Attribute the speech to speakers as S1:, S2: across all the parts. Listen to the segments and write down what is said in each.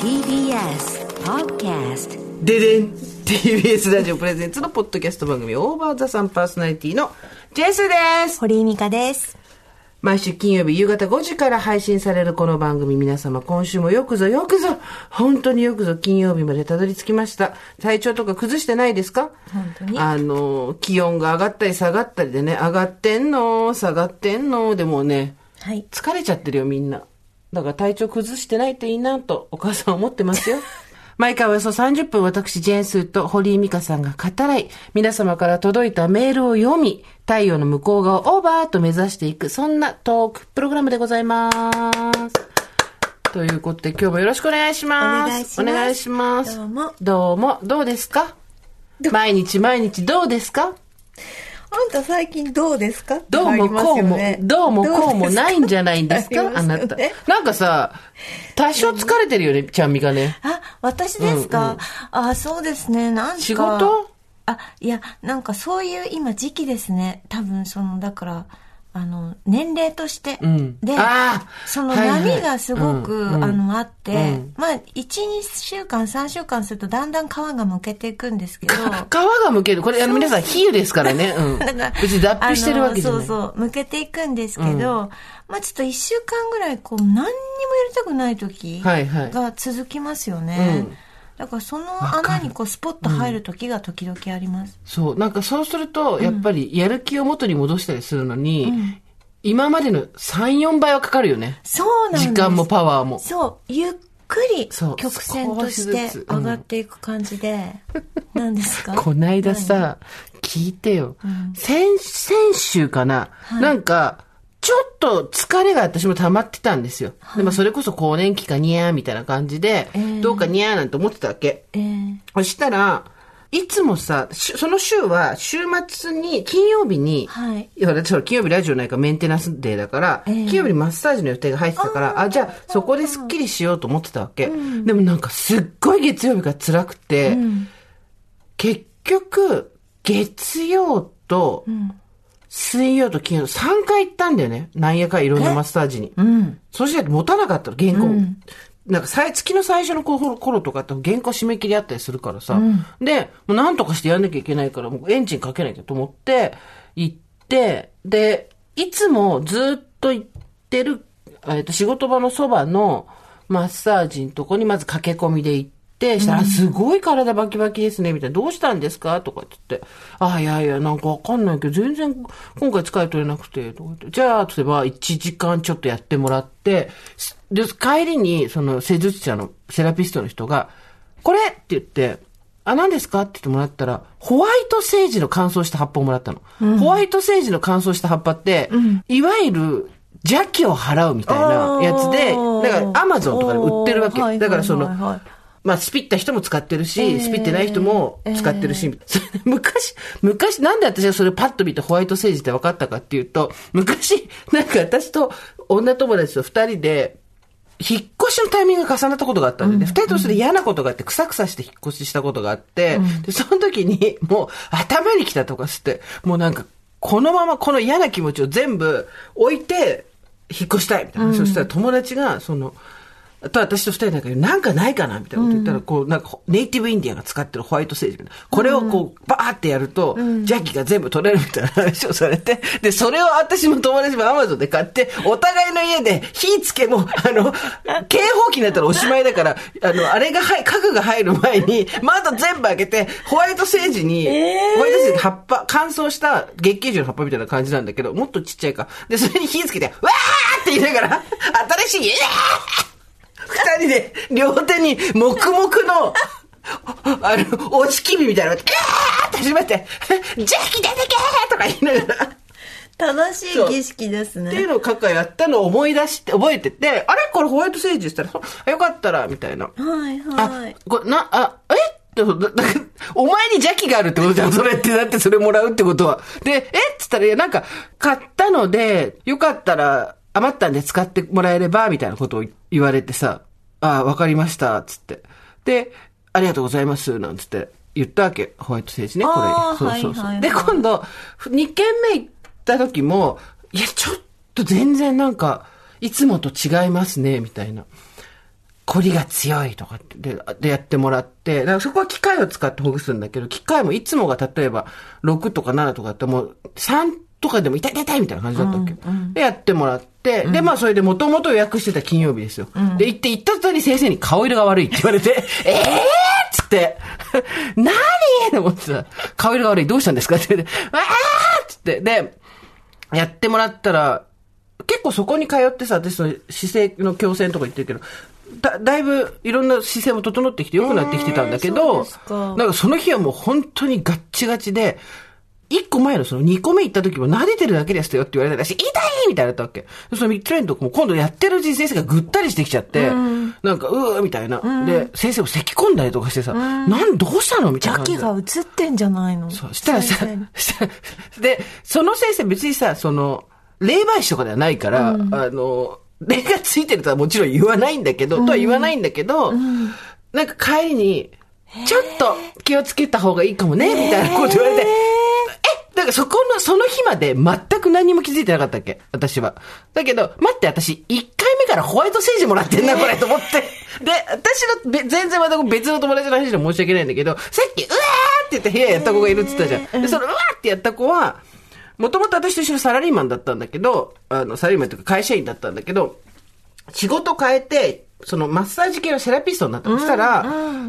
S1: TBS Podcast
S2: ででん TBS ラジオプレゼンツのポッドキャスト番組「オーバーザさんパーソナリティのジェスです
S3: 堀井美香です。
S2: 毎週金曜日夕方5時から配信されるこの番組皆様今週もよくぞよくぞ本当によくぞ金曜日までたどり着きました体調とか崩してないですか
S3: 本当に
S2: あの気温が上がったり下がったりでね上がってんの下がってんのでもうね
S3: はい。
S2: 疲れちゃってるよみんなだから体調崩してないといいなとお母さん思ってますよ 毎回およそ30分私ジェンスーと堀井美香さんが語らい皆様から届いたメールを読み太陽の向こう側をオーバーと目指していくそんなトークプログラムでございますということで今日もよろしくお願いします
S3: お願
S2: い
S3: い
S2: し
S3: し
S2: ま
S3: ますすどうも
S2: どうもどうですか毎日毎日どうですか
S3: あんた最近どうですか
S2: どうもこうも、どうもこうも
S3: い。
S2: ないんじゃないんですか
S3: どうです
S2: あ
S3: か
S2: な
S3: あ
S2: た
S3: りますよね。
S2: なんかさ、多少疲れてるよね、ちゃんみがね。
S3: あ、私ですか、あ、そうですね。なんか。
S2: 仕事
S3: あ、いや、なんかそういう今時期ですね。多分その、だから、あの、年齢として。
S2: ん
S3: で
S2: あ、ー
S3: その
S2: はいはい
S3: 波がすごく、
S2: うんうん
S3: あの、あって、
S2: うん
S3: まあ、1、2週間、3週間するとだんだん皮がむけていくんですけど。
S2: 皮がむける。これ、あの、皆さん、比喩ですから ね。うん
S3: だから。
S2: 別に脱皮してるわけじ
S3: あ
S2: ゃな
S3: の
S2: い。
S3: そうそう、向けていくんですけど、まあちょっと一週間ぐらい、こう、何にもやりたくない時
S2: はいはい
S3: が続きますよね。
S2: うん
S3: だからその穴にこうスポッと入る時が時々あります。
S2: そう。なんかそうすると、やっぱり、やる気を元に戻したりするのに、今までの3、4倍はかかるよね。
S3: そうなんです。
S2: 時間もパワーも。
S3: そう、ゆっくり
S2: そう
S3: 曲線とし
S2: 少し
S3: て
S2: ずつうん
S3: 上がっていく感じで、なんですか
S2: こないださ、聞いてよ。先、先週かな、なんか、ちょっと疲れが私も溜まってたんですよ。でもそれこそ更年期かにゃーみたいな感じで、
S3: えー
S2: どうかにゃーなんて思ってたわけ。
S3: えー
S2: そしたら、いつもさ、しその週は週末に、金曜日に、
S3: はい。
S2: いや、だってそれ金曜日ラジオないからメンテナンスデーだから、
S3: ええ
S2: 金曜日にマッサージの予定が入ってたから、あ、じゃあそこでスッキリしようと思ってたわけ。でもなんかすっごい月曜日が辛くて、
S3: うん。
S2: 結局、月曜と
S3: ん
S2: 水曜と金曜、3回行ったんだよね。なんやかんやいろんなマッサージに。
S3: うん。
S2: そして持たなかったの、原稿。なんかさ、月の最初の頃頃とかって原稿締め切りあったりするからさ。で、もうなんとかしてやんなきゃいけないから、もうエンジンかけなきゃと思って、行って、で、いつもずっと行ってる、えっと、仕事場のそばのマッサージのとこにまず駆け込みで行って、したら、あすごい体バキバキですね、みたいな。どうしたんですかとかって言って。あ、いやいや、なんかわかんないけど、全然今回疲れ取れなくて、とか言って。じゃあ、例えば1時間ちょっとやってもらって、すで、帰りに、その施術者のセラピストの人が、これって言って、あ、何ですかって言ってもらったら、ホワイトセージの乾燥した葉っぱをもらったの。ホワイトセージの乾燥した葉っぱって、いわゆる邪気を払うみたいなやつで、だからアマゾンとかで売ってるわけ。
S3: おーはい
S2: だからその、
S3: はいはいはい
S2: まあ、スピった人も使ってるし、
S3: えー
S2: スピってない人も使ってるし、それ昔、昔、なんで私がそれパッと見てホワイトセージって分かったかっていうと、昔、なんか私と女友達と二人で、引っ越しのタイミングが重なったことがあったんでね、二、人ともそれ嫌なことがあって、くさくさして引っ越ししたことがあって、で、その時に、もう頭に来たとかして、もうなんか、このままこの嫌な気持ちを全部置いて、引っ越したいみたいな、そしたら友達が、その、と私と二人なんかでなんかないかなみたいなこと言ったら、こう、なんか、ネイティブインディアンが使ってるホワイトセージみたいな。これをこう、バーってやると、邪気が全部取れるみたいな話をされて、で、それを私も友達もアマゾンで買って、お互いの家で火つけも、あの、警報器になったらおしまいだから、あの、あれが入、家具が入る前に、窓全部開けて、ホワイトセージに、ホワイトセージ葉っぱ、乾燥した月桂樹の葉っぱみたいな感じなんだけど、もっとちっちゃいか。で、それに火つけて、わーって言いながら、新しい家二人で両手に黙々の、 あの、おしきびみたいなのが、えーって始まって、 邪気出てけーとか言いながら、っ
S3: 正しい
S2: そう
S3: 儀式です
S2: てい
S3: ね
S2: う。のを過去やったのを思い出して、覚えてて、あれこれホワイトセージしたら、そうあよかったら、みたいな。
S3: はいは
S2: あ
S3: い。、
S2: これ、な、あ、えってことだ だからお前に邪気があるってことじゃん。それって、だってそれもらうってことは。で、えっつったら、いや、なんか、買ったので、よかったら、余ったんで使ってもらえれば、みたいなことを言われてさ、ああ、わかりました、つって。で、ありがとうございます、なんつって言ったわけ。ホワイトセージね、こ
S3: あ
S2: れ。
S3: ー
S2: そうそうそう。
S3: はいはいはい
S2: で、今度、2軒目行った時も、いや、ちょっと全然なんか、いつもと違いますね、みたいな。凝りが強いとかってで、でやってもらって、だからそこは機械を使ってほぐすんだけど、機械もいつもが例えば6とか7とかだってもう3とかでも痛い痛い痛いみたいな感じだったっけ、で、やってもらって、で、まあそれでもともと予約してた金曜日ですよ。で、行って行った途端に先生に顔色が悪いって言われて、えーっつって、 何と思ってさ、顔色が悪い、どうしたんですかって言われて、わーっつって、で、やってもらったら、結構そこに通ってさ、私その姿勢の矯正のとこ行ってるけど、だだいぶいろんな姿勢も整ってきて良くなってきてたんだけ
S3: えーそ
S2: ど、
S3: うですか
S2: なんかその日はもう本当にガッチガチで、一個前のその二個目行った時も撫でてるだけですよって言われたらし、痛いみたいになったわけ。でその三つ目のとこも今度やってるうちに先生がぐったりしてきちゃって、なんか、うーみたいな。で、先生も咳き込んだりとかしてさ、なん、どうしたのみたいな感じ
S3: 邪
S2: で。
S3: 気が映ってんじゃないの
S2: そうしたらさ
S3: 先生に、
S2: したらで、その先生別にさ、その、霊媒師とかではないから、あの、霊がついてるとはもちろん言わないんだけど、とは言わないんだけど、なんか帰りに、ちょっと気をつけた方がいいかもね、みたいなこと言われて、えだからそこの、その日まで全く何も気づいてなかったっけ私は。だけど、待って、私、1回目からホワイトセージもらってんな、これ、と思って。で、私のべ、全然また別の友達の話で申し訳ないんだけど、さっき、うわーって言って部屋やった子がいるって言ったじゃん。で、その、うわーってやった子は、もともと私と一緒にサラリーマンだったんだけど、あの、サラリーマンというか会社員だったんだけど、仕事変えて、そのマッサージ系のセラピストになったのそしたら、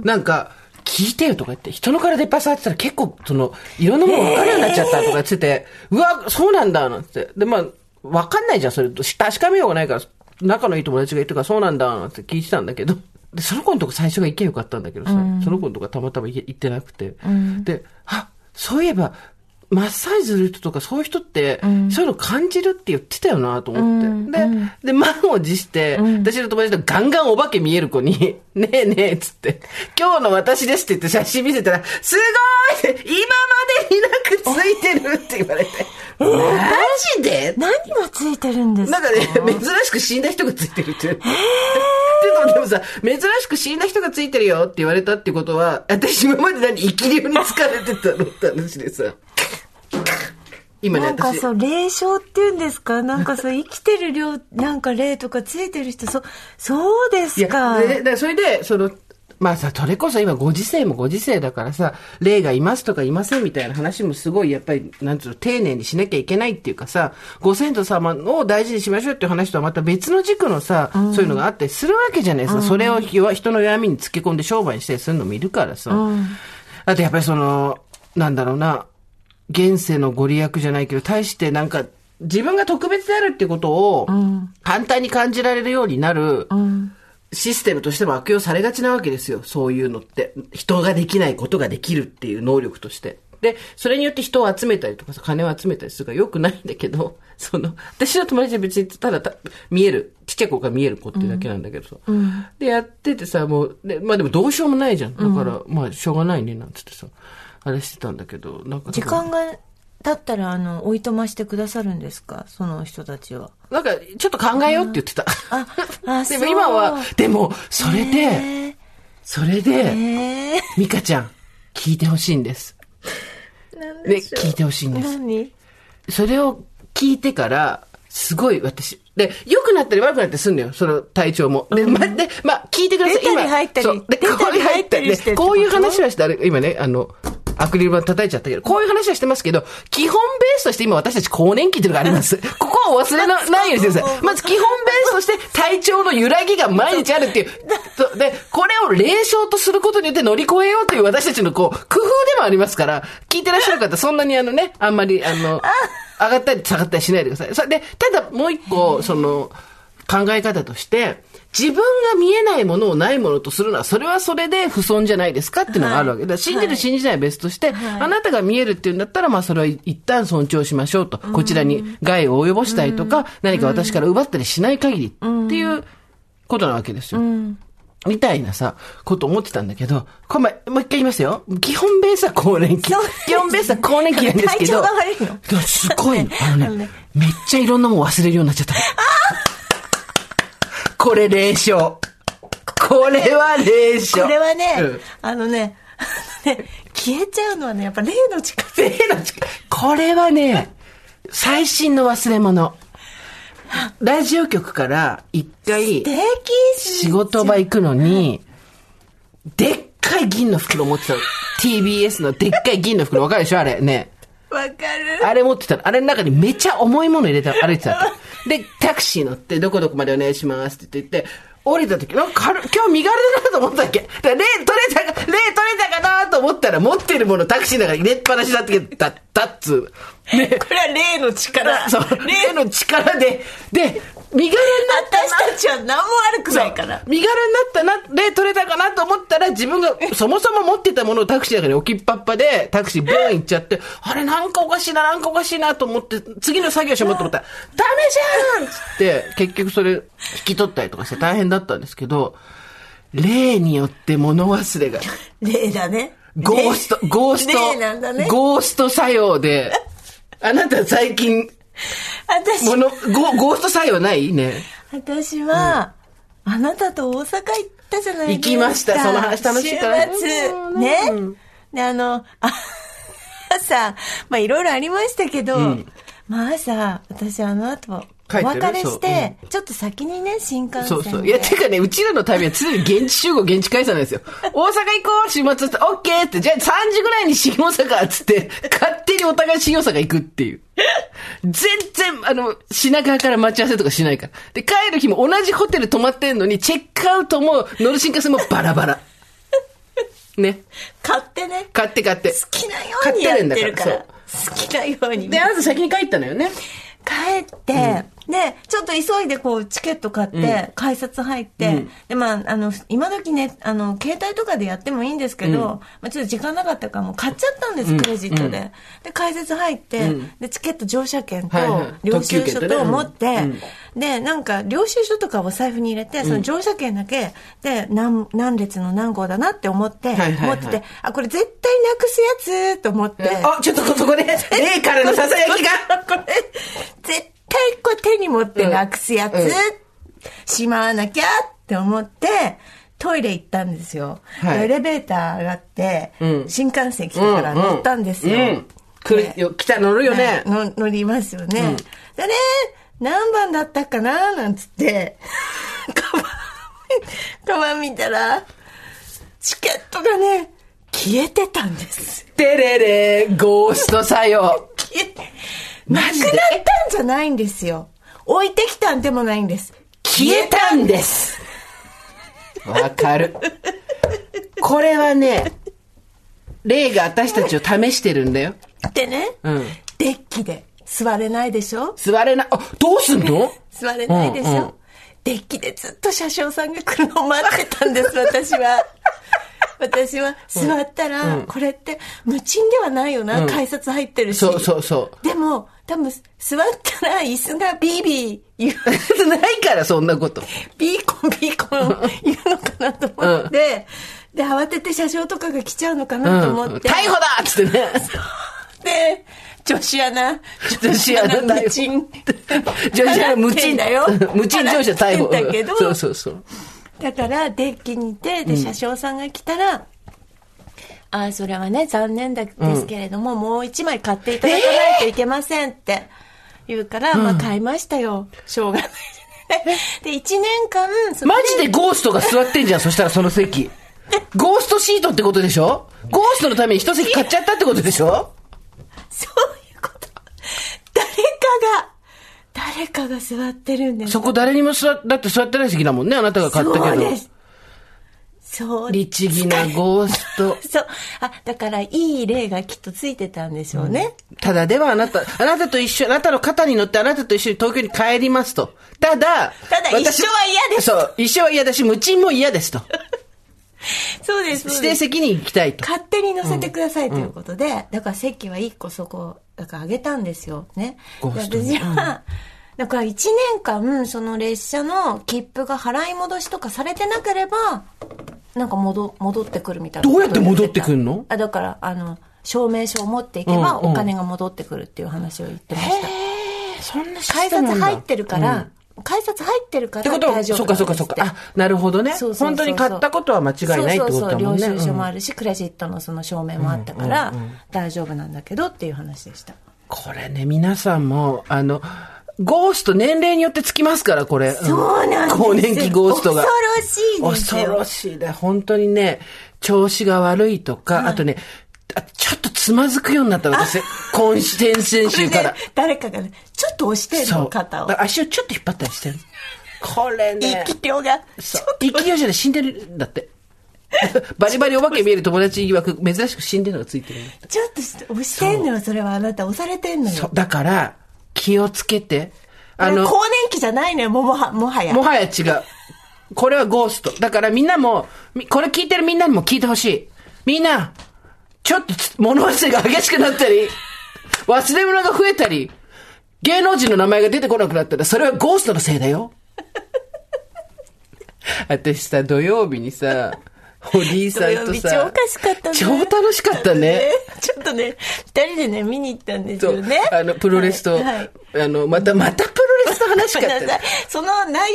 S2: なんか、聞いてよとか言って、人の体いっぱい触ってたら結構、その、いろんなもの分かるようになっちゃったとか言って て、うわ、そうなんだ、なんつって。で、まあ、分かんないじゃん、それ。し確かめようがないから、仲のいい友達がいるから、そうなんだ、なんて聞いてたんだけど。で、その子のとこ最初が行けばよかったんだけどさ、その子のとこはたまたま行け行ってなくて。で、あ、そういえば、マッサージする人とかそういう人って、そういうの感じるって言ってたよなと思って。で、で、満を持して、私の友達のガンガンお化け見える子に、 ねえねえ、っつって、今日の私ですって言って写真見せたら、すごいって今までになくついてるって言われて、マジで
S3: 何がついてるんです
S2: な
S3: か
S2: んかね、珍しく死んだ人がついてるって。でもでもさ、珍しく死んだ人がついてるよって言われたってことは、私今まで何生きるように疲れてたのって話でさ。今ね、
S3: なんか
S2: 私。
S3: そう、霊障っていうんですかなんかそう、生きてる量、なんか霊とかついてる人、そう、そうですか。
S2: でだらそれで、その、まあさ、それこそ今ご時世もご時世だからさ、霊がいますとかいませんみたいな話もすごいやっぱり、なんつうの、丁寧にしなきゃいけないっていうかさ、ご先祖様を大事にしましょうっていう話とはまた別の軸のさ、そういうのがあったりするわけじゃないですか。それをひわ人の弱みにつけ込んで商売にしたりするのもいるからさ。あとやっぱりその、なんだろうな、現世のご利益じゃないけど、対してなんか、自分が特別であるってことを、簡単に感じられるようになる、システムとしても悪用されがちなわけですよ。そういうのって。人ができないことができるっていう能力として。で、それによって人を集めたりとかさ、金を集めたりするから良くないんだけど、 その、私の友達は別にただた見える、ちっちゃい子が見える子っていうだけなんだけどさ。で、やっててさ、もう、でまあでもどうしようもないじゃん。だから、まあしょうがないね、なんつってさ、あれしてたんだけど、なんか。
S3: 時間が経ったら、あの、おいとましてくださるんですかその人たちは。
S2: なんか、ちょっと考えようって言ってた。
S3: あ、あ、
S2: でも今は
S3: そう、
S2: でも、それで、
S3: え
S2: それで、
S3: ーえ
S2: ミカちゃん、聞いてほしいんです。
S3: ー、なん
S2: で、
S3: でしょう
S2: 聞いてほしいんです。
S3: 何
S2: それを聞いてから、すごい私、で、良くなったり悪くなったりすんのよ、その体調も。で、ま、で、まあ、聞いてください。
S3: 出たり入ったり
S2: そうで、
S3: 出
S2: こ
S3: た
S2: うい
S3: り
S2: う入
S3: 入っ
S2: っ
S3: たた
S2: り
S3: り
S2: ね
S3: してってこと
S2: こういう話はして、あれ、今ね、あの、アクリル板叩いちゃったけど、こういう話はしてますけど、基本ベースとして今私たち更年期っていうのがあり ます。ここを忘れなないようにしてください。まず基本ベースとして体調の揺らぎが毎日あるっていう。そうで、これを霊障とすることによって乗り越えようという私たちのこう、工夫でもありますから、聞いてらっしゃる方、そんなにあのね、あんまりあの、上がったり下がったりしないでください。それで、ただもう一個、その、考え方として、自分が見えないものをないものとするのは、それはそれで不損じゃないですかっていうのがあるわけだ。信じる信じないは別として、あなたが見えるっていうんだったら、まあそれは一旦尊重しましょうと。こちらに害を及ぼしたりとか、何か私から奪ったりしない限りっていうことなわけですよ。みたいなさ、こと思ってたんだけど、これもうもう一回言いますよ。基本ベースは更年期
S3: そうで。す
S2: 基本ベースは更年期なんですけ
S3: 体調
S2: ど。
S3: が悪いの
S2: でもすごい、あ
S3: あ
S2: の
S3: の
S2: ね
S3: ね、
S2: めっちゃいろんなもん忘れるようになっちゃった。これ霊障。これは霊
S3: こ
S2: 障。
S3: れはね、
S2: うん
S3: あのね、あのね、消えちゃうのはね、やっぱ霊の力。
S2: 霊の力これはね、最新の忘れ物。ラジオ局から一
S3: 素
S2: 回
S3: 敵
S2: 仕事場行くのに、でっかい銀の袋持ってたの。TBS のでっかい銀の袋わかるでしょあれね。
S3: わかる
S2: あれ持ってたの。あれの中にめちゃ重いもの入れて歩いてたの。で、タクシー乗って、どこどこまでお願いしますって言って、降りた時、なんか軽い今日身軽だなと思ったっけだから、例取れたか、例取れたかなと思ったら、持ってるものタクシーの中に入れっぱなしだってだったっつう。ね。
S3: これは例の 力
S2: そう。例の力で、で、身軽になったな
S3: 私たちは何も悪くないから
S2: 身軽になったな、例取れたかなと思ったら、自分がそもそも持ってたものをタクシーの中に置きっぱっぱで、タクシーブーン行っちゃって、あれなんかおかしいな、なんかおかしいなと思って、次の作業しようと思ったら、ダメじゃんっつって、結局それ引き取ったりとかして大変だったんですけど、例によって物 忘れが、
S3: 例だね
S2: ゴースト、
S3: 例
S2: ゴースト
S3: 例なんだね、
S2: ゴースト作用で、あなた最近、
S3: 私
S2: もの、ゴゴースト作用ないね。
S3: 私は、あなたと大阪行ったじゃないですか。
S2: 行きましたその話楽しいから
S3: 週末、ね。で、あの、あ朝、まあいろいろありましたけど、まあ朝、私あの後、お
S2: 帰ってる
S3: 別れして、ちょっと先にね、新幹線で。
S2: そうそう。いや、てかね、うちらの旅は常に現地集合、現地解散なんですよ。大阪行こう週末って、オッケーって、じゃあ3時ぐらいに新大阪っつって、 勝手にお互い新大阪行くっていう。全然、あの、品川から待ち合わせとかしないから。で、帰る日も同じホテル泊まってんのに、チェックアウトも、乗る新幹線もバラバラ。ね。
S3: 買ってね、好
S2: 買って買って。
S3: きなようにやってるか
S2: 買
S3: ら
S2: ってるんだ。
S3: 好きなように。
S2: で、あなた先に帰ったのよね。
S3: 帰って、で、ちょっと急いでこう、チケット買って、改札入って、で、まあ、あの、今時ね、あの、携帯とかでやってもいいんですけど、まあ、ちょっと時間なかったから、もう買っちゃったんです、クレジットで。で、改札入って、で、チケット乗車券と
S2: はいはい、
S3: 領収書
S2: 特急券とね
S3: と
S2: うん
S3: 持って、で、なんか、領収書とかお財布に入れて、その乗車券だけ、で、何、何列の何号だなって思って、
S2: いはいはい
S3: 持ってて、あ、これ絶対なくすやつと思って。
S2: あ、ちょっとそこで、例からのささやきが。
S3: これ、絶対こう手に持ってなくすやつ、
S2: うんうん
S3: しまわなきゃって思って、トイレ行ったんですよ。
S2: はい
S3: エレベーター上がって、
S2: うん
S3: 新幹線来てから乗ったんですよ。
S2: うん。来るよ、来た乗るよね。
S3: の乗りますよね。でね、何番だったかななんつって、 カバン、カバン見たら、チケットがね、消えてたんです。
S2: てれれ、ゴースト作 用。
S3: 消えて。
S2: マ
S3: なくなったんじゃないんですよ。置いてきたんでもないんです。
S2: 消えたんですわかる。これはね、霊が私たちを試してるんだよ。
S3: でね、
S2: うん
S3: デッキで座れないでしょ
S2: 座れな、あ、どうすんの
S3: 座れないでしょ、
S2: うんうん
S3: デッキでずっと車掌さんが来るのを待ってたんです、私 は。私は座ったら、これって無賃ではないよな、改札入ってるし。
S2: そうそうそう。
S3: でも、多分、座ったら椅子がビービー言う。
S2: ないから、そんなこと。
S3: ビーコンビーコン言うのかなと思って、で、慌てて車掌とかが来ちゃうのか
S2: うん。
S3: なと思って。
S2: 逮捕だっつってね。
S3: で、女子アナ、
S2: 女子アナだよ
S3: 無賃。
S2: 乗車無賃。
S3: だよ
S2: 無賃乗車逮捕。
S3: だけど、
S2: そうそうそう。
S3: だからデッキにいて、で、車掌さんが来たら、ああ、それはね、残念だですけれども、もう一枚買っていただかないといけませんって言うから、まあ買いましたよ。しょうがない。で、一年間、その
S2: マジでゴーストが座ってんじゃん、そしたらその席。ゴーストシートってことでしょゴーストのために一席買っちゃったってことでしょ
S3: そういうこと。誰かが、誰かが座ってるんです。
S2: そこ誰にも座っ、だって座ってない席だもんね、あなたが買ったけ
S3: そう
S2: ど
S3: で。す。そうです
S2: 律儀なゴース ト。
S3: そう。あ、だから、いい例がきっとついてたんでしょうね。
S2: ただではあなた、あなたと一緒、あなたの肩に乗ってあなたと一緒に東京に帰りますと。ただ、
S3: ただ
S2: 私
S3: 一緒は嫌です
S2: そう、一緒は嫌だし、無賃も嫌ですと。
S3: そうです。
S2: 指
S3: そう
S2: 定
S3: です
S2: 席に行きたいと。
S3: 勝手に乗せてくださいということで、だから席は1個そこ、だからあげたんですよ。ね。で
S2: ゴーストに
S3: 私は、だから1年間、その列車の切符が払い戻しとかされてなければ、なんか戻、戻ってくるみたいな。
S2: どうやって戻ってくんの
S3: あ、だから、あの、証明書を持っていけば
S2: うんうん
S3: お金が戻ってくるっていう話を言ってました。
S2: そんな
S3: 改札入ってるから、改札入ってるか
S2: って
S3: ら
S2: こと
S3: 大
S2: は、
S3: 丈
S2: そ
S3: 夫
S2: っ
S3: なん
S2: か
S3: です
S2: そ
S3: っ
S2: ってかそっか。あ、なるほどね。
S3: そうそうそう
S2: 本当に買ったことは間違いないってことだもんね。
S3: そうそうそう領収書も
S2: うん
S3: あるし、クレジットのその証明もあったから、大丈夫なんだけどっていう話でした
S2: これね、皆さんも、あの、ゴースト、年齢によってつきますから、これ。
S3: そうなんですよ
S2: 更年期ゴーストが。
S3: 恐ろしいですよ
S2: 恐ろしいだ。本当にね、調子が悪いとか、あとね、あちょっとつまずくようになった私、今週、先々週か
S3: で
S2: ら。
S3: 誰かがね、ちょっと押してる
S2: そ
S3: の、
S2: う。だか
S3: 肩を。
S2: ら足をちょっと引っ張ったりしてる。これね。
S3: 息量が。
S2: そう。勢いじゃない、死んでるんだって。 バリバリお化け見える友達曰く、珍しく死んでるのがついてるの。
S3: ちょっとして押してんのよ、それはあなた。押されてんの
S2: そう
S3: よ。。
S2: だから、気をつけて。あ
S3: あ
S2: の
S3: の、、更年期じゃないのよ、もうもは、もはや。
S2: もはや違う。これはゴースト。だからみんなも、みこれ聞いてるみんなにも聞いてほしい。みんな、ちょっとつ物忘れが激しくなったり、 忘れ物が増えたり、芸能人の名前が出てこなくなったら、それはゴーストのせい だよ。私さ、土曜日にさ、ホリーさん
S3: 土曜
S2: と
S3: 日
S2: さ、
S3: 超おかしかったね
S2: 超楽しかったね。
S3: ちょっとね、二人でね、見に行ったんです
S2: そ
S3: よ
S2: う、
S3: ね。
S2: あの、プロレスと、
S3: はいはい
S2: あの、また、またプロレスの話
S3: ご
S2: か
S3: めん
S2: っ
S3: な
S2: た
S3: さ
S2: ね
S3: い。その内容の話は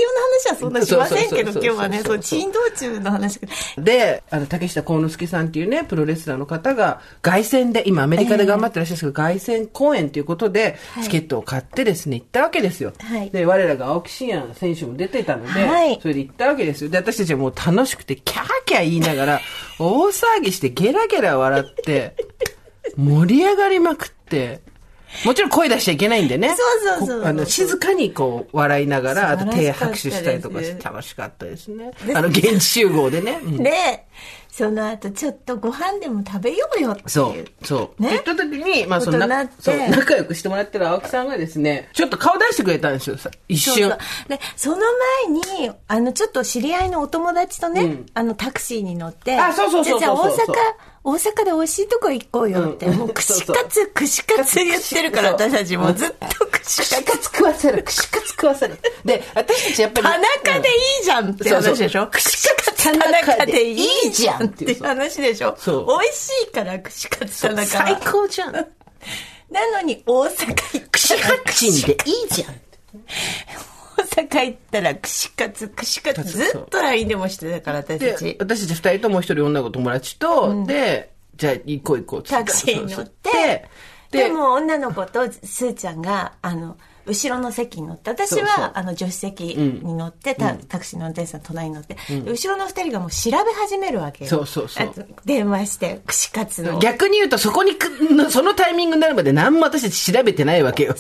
S3: そんなしませんけど、
S2: そうそうそうそう
S3: 今日はね、
S2: そう
S3: そ
S2: そう
S3: う、
S2: そう
S3: 珍道中の話。
S2: で、あの、竹下幸之助さんっていうね、プロレスラーの方が、凱旋で、今アメリカで頑張ってらっしゃるんですけど、凱旋公演ということで、
S3: はい
S2: チケットを買ってですね、行ったわけですよ。
S3: はい
S2: で、我らが青木真也選手も出てたので、
S3: はい
S2: それで行ったわけですよ。で、私たちはもう楽しくて、キャーキャー言いな がら、大騒ぎして、ゲラゲラ笑って、盛り上がりまくって、もちろん声出しちゃいけないんでね。
S3: そうそうそう
S2: こあの、静かにこう、笑いながら、あと
S3: 素晴
S2: 手
S3: らしかったで
S2: 拍
S3: す
S2: 手したりとかして、楽しかったですね。あの、現地集合でね。うん
S3: で、その後、ちょっとご飯でも食べようよっていう。
S2: そう、そう。
S3: ね
S2: って言った時に、まあ、そ
S3: こ
S2: の
S3: とになっ
S2: な
S3: て
S2: そう仲良くしてもらってる青木さんがですね、ちょっと顔出してくれたんですよ、さ一
S3: そう
S2: 瞬
S3: そう。でその前にあのちょっと知り合いのお友達とね、あのタクシーに乗って
S2: あそうそうそうそう
S3: でじゃあ大
S2: そうそう
S3: 阪大阪で美味しいとこ行こうよって、
S2: うん
S3: もう串カ
S2: そう
S3: ツ串カツ言ってるから
S2: そう
S3: 私たちもうずっと串カ
S2: 串
S3: ツ
S2: カツ食わせる、串カツ食わせる。で、私たちやっぱり。
S3: 田中でい
S2: うん
S3: いじゃんって
S2: そうそう
S3: 話でしょ串カツ田中でいいじゃんっていう話でしょ
S2: そう
S3: 美味しいから串カツ田中
S2: 最
S3: は
S2: 高じゃん。カ
S3: なのに大阪行ったら
S2: チンでいいじゃん。
S3: 大阪行ったら串カツ串カツずっと LINE でもしてたから私た
S2: で
S3: ち、
S2: 私たち二人ともう一人女の子友達と、で、じゃあ行こう行こうっつって
S3: タクシーに乗って、
S2: で
S3: でも女の子とすーちゃんが、あの、後ろの席に乗って、私は
S2: そうそう
S3: あの助手席に乗って、タタクシーの運転手さん隣に乗って、で後ろの二人がもう調べ始めるわけよ。
S2: そうそうそう
S3: あ電話して、串カツの。
S2: 逆に言うと、そこにく、そのタイミングになるまで何も私たち調べてないわけよ。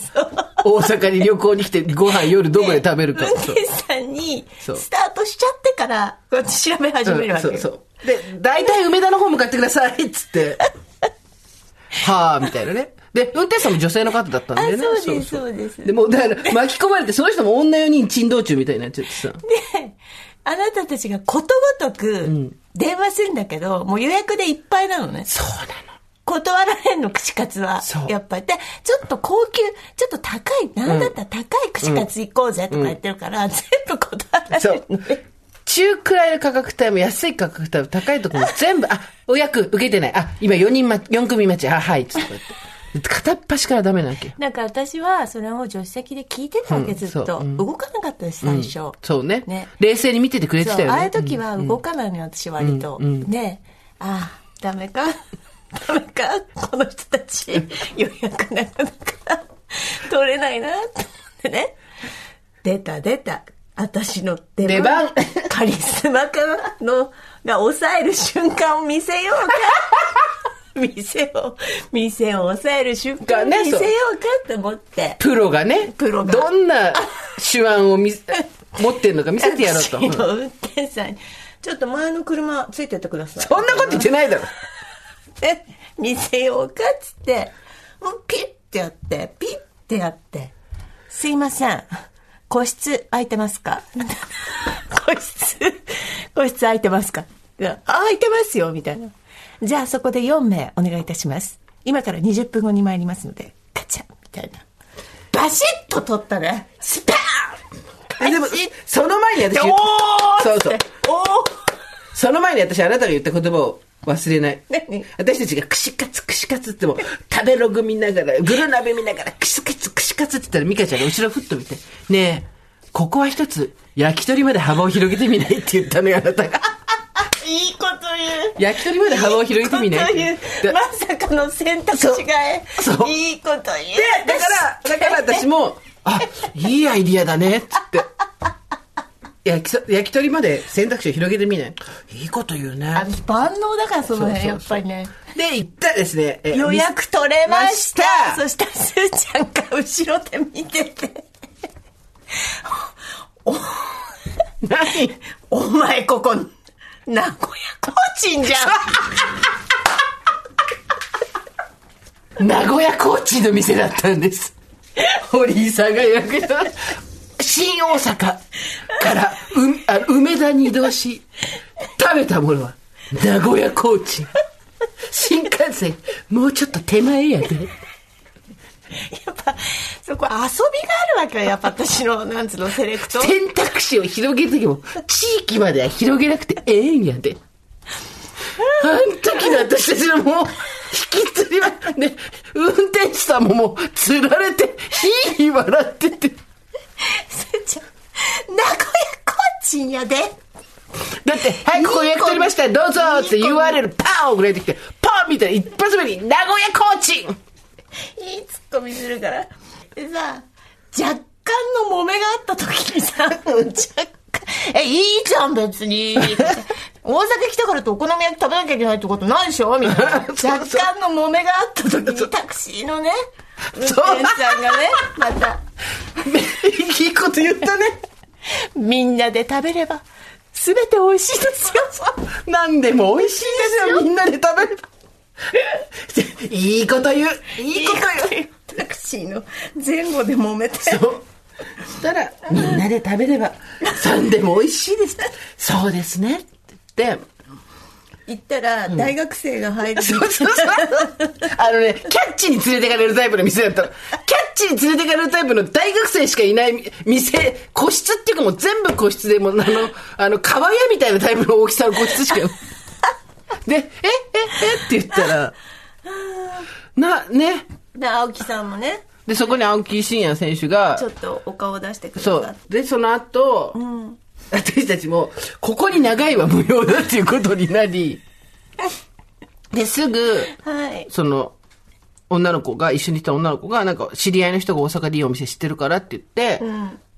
S2: 大阪に旅行に来て、ご飯夜どこで食べるか。
S3: 運
S2: そう
S3: 転手さんに、
S2: そう
S3: スタートしちゃってから、こうやって調べ始めるわけよ。
S2: うんそうそう。で、大体梅田の方向かってくださいっつって。 はあみたいなね。で、運転手さんも女性の方だったんでね。
S3: あそうですそうです
S2: でもう、だから巻き込まれて、その人も女4人珍道中みたいになっちゃってさ。
S3: で、あなたたちがことごとく電話するんだけど、もう予約でいっぱいなのね。
S2: そうなの。
S3: 断られんの、串カツは
S2: そう。
S3: やっぱり。で、ちょっと高級、ちょっと高い、なんだったら高い串カツ行こうぜとか言ってるから、全部断られ
S2: そ
S3: る
S2: う。。中くらいの価格帯も安い価格帯も高いとこも全部、あ、お役受けてない。あ、今4人ま、4組待ち。あ、はい。つってこうやって。片っ端からダメなわけよ。
S3: なんか私はそれを助手席で聞いてたわけ、ずっ
S2: そう
S3: と。動かなかったです、最初。
S2: そうね
S3: ね
S2: 冷静に見ててくれて
S3: そ
S2: た
S3: う、
S2: よ
S3: あ
S2: ね。
S3: あいう時は動かないのよ、私割と。ねああ、ダメか。 ダメか。この人たち、予約なかなか取れないな、と思ってね。出た、出た。私の出番。
S2: 出番
S3: カリスマかの、が抑える瞬間を見せよ うか。店を、店を抑える瞬間を見
S2: がね
S3: せ
S2: そ
S3: よ
S2: う
S3: うかと思って。
S2: プロがね、
S3: プロが
S2: どんな手腕を 見せ持ってんのか見せて やろうと。
S3: タクシーの運転手さんに、ちょっと前の車ついてってください。
S2: そんなこと言ってないだろ。
S3: で見せようかっつってもうピッてやってピッてやって「すいません個室空いてますか? 」 個室個室空いてますか?」いやあ空いてますよ」みたいな「じゃあそこで4名お願いいたします今から20分後に参りますのでガチャ」みたいなバシッと取ったねスパーン
S2: でも
S3: バシッ、
S2: その前に私
S3: でお
S2: 言っ
S3: ー
S2: そうそう
S3: っつっておー
S2: その前に私あなたが言った言葉を忘れない
S3: 何。
S2: 私たちが串カツ串カツってもう食べログ見ながら、グル鍋見ながら串カツ串カツって言ったらミカちゃんが後ろふっと見て、ねえ、ここは一つ焼き鳥まで幅を広げてみないって言ったのよあなたが。
S3: いいこと言う
S2: 焼き鳥まで幅を広げてみないって言った。
S3: まさかの選択肢がえ
S2: そう
S3: いいこと言う
S2: で、だから、だから私も、 あ、いいアイディアだね、っつって。焼きそ焼き鳥まで選択肢を広げてみないいいこと言うね。
S3: 万能だからその辺
S2: そうそうそう
S3: やっぱりね
S2: で、行ったですね。え
S3: 予約取れました
S2: ました
S3: そしたらすーちゃんが後ろで見てて
S2: 何
S3: 「お前ここ名古屋コーチンじゃん」
S2: 名古屋コーチンの店だったんです。堀井さんが予約した。新大阪からうあ梅田に移動し、食べたものは名古屋コーチン。新幹線、もうちょっと手前やで。
S3: やっぱそこ遊びがあるわけよやっぱ私のなんつうのセレクト
S2: 選択肢を広げるときも、地域までは広げなくてええんやで。あの時の私たちのもう、引きずりは、ね、運転手さんももう、つられて、ひいひい笑ってて。
S3: すーちゃん名古屋コーチンやで
S2: だって、はい、ここ予約取りました、どうぞって URL パーン送られてきて、パンみたいな一発目に、名古屋コーチン
S3: いいツッコミするからでさ若干の揉めがあった時にさ若干「えいいじゃん別に」大阪来たからってお好み焼き食べなきゃいけないってことないでしょみたいな 若干の揉めがあった時にタクシーのね運転手さんがねまた
S2: いいこと言ったね。
S3: みんなで食べれば全て美味しいですよ
S2: なんでも美味しいですよ、みんなで食べる。 いいこと言う。 いいこと言う。
S3: タクシーの前後で揉めて
S2: そうそしたらみんなで食べれ ば3でも美味しいですそうですねって言って
S3: 行ったら大学生が入る、
S2: そうそうそうあのねキャッチに連れてかれるタイプの店だったのキャッチに連れてかれるタイプの大学生しかいない店個室っていうかもう全部個室でもうあのあの川屋みたいなタイプの大きさの個室しかで「ええええっ?」て言ったらなね
S3: で青木さんもね
S2: でそこに青木真也選手が
S3: ちょっとお顔を出してくれ
S2: そ
S3: た
S2: う。で、その後、私たちも、ここに長いは無用だっていうことになり、で、すぐ、
S3: はい
S2: その、女の子が、一緒にいた女の子が、なんか、知り合いの人が大阪でいいお店知ってるからって言って、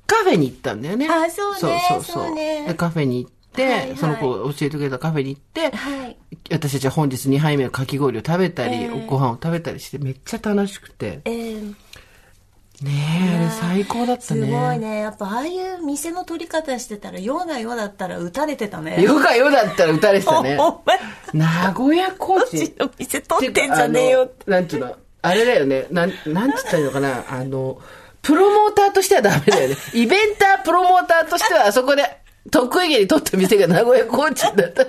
S2: カフェに行ったんだよね。
S3: あそうねそうね
S2: で、カフェに行って、
S3: はいはい
S2: その子が教えてくれたカフェに行って、
S3: はい
S2: 私たちは本日2杯目のかき氷を食べたり、ご飯を食べたりして、めっちゃ楽しくて。
S3: えー
S2: ねえ、あれ最高だった
S3: す
S2: ね。
S3: ごいねやっぱああいう店の取り方してたらようなようだったら打たれてたね
S2: よかよだったら打たれてた ね。
S3: お前
S2: 名古屋コー
S3: うち
S2: チ
S3: の店取ってんじゃねえよって
S2: あのなんていうのあれだよねなんなんつったらいいのかなあのプロモーターとしてはダメ だよねイベンタープロモーターとしてはあそこで得意げに取った店が名古屋コーチだった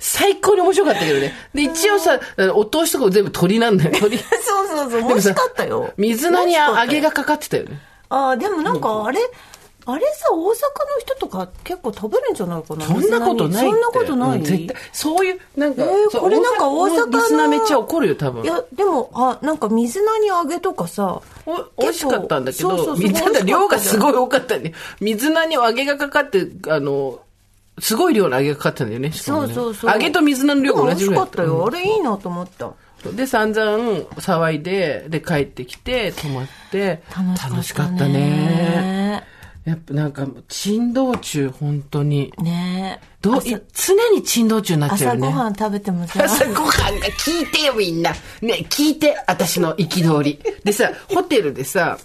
S2: 最高に面白かったけどねで一応さお通しとかも全部鳥なんだよ 鳥
S3: そうそうそう美味しかったよ
S2: 水菜に
S3: 美味しか
S2: 揚
S3: った
S2: げ
S3: よ
S2: がかかってたよね
S3: ああでもなんかあれ、あれさ大阪の人とか結構食べるんじゃないかな
S2: そんなことないって
S3: そんなことない、
S2: うん絶対そういうなんか、
S3: えー
S2: そう
S3: これなんか大阪の
S2: リスナーめっちゃ怒るよ多分
S3: いやでもあなんか水菜に揚げとかさ
S2: お
S3: 構
S2: 美味しかったんだけ
S3: そうそ
S2: ど、
S3: うそう
S2: みただ量がすご
S3: い
S2: い多かったね。水菜に揚げがかかって、あの、すごい量の揚げがかかったんだよね。しかも
S3: そう
S2: ね
S3: そうそう
S2: 揚げと水菜の量が同じぐら
S3: でも美味しか
S2: い
S3: ったよあれいいなと思った
S2: うんで、散々騒いで、で、帰ってきて、泊まって、楽しかったね。
S3: ね
S2: やっぱなんか、珍道中、本当に。
S3: ね
S2: どう、
S3: 朝
S2: い常に珍道中になっちゃ
S3: 朝
S2: う
S3: ご
S2: よね。
S3: はん食べてもさ
S2: 朝ごはんが聞いてよみんな。ね、聞いて、私の憤り。でさ、ホテルでさ、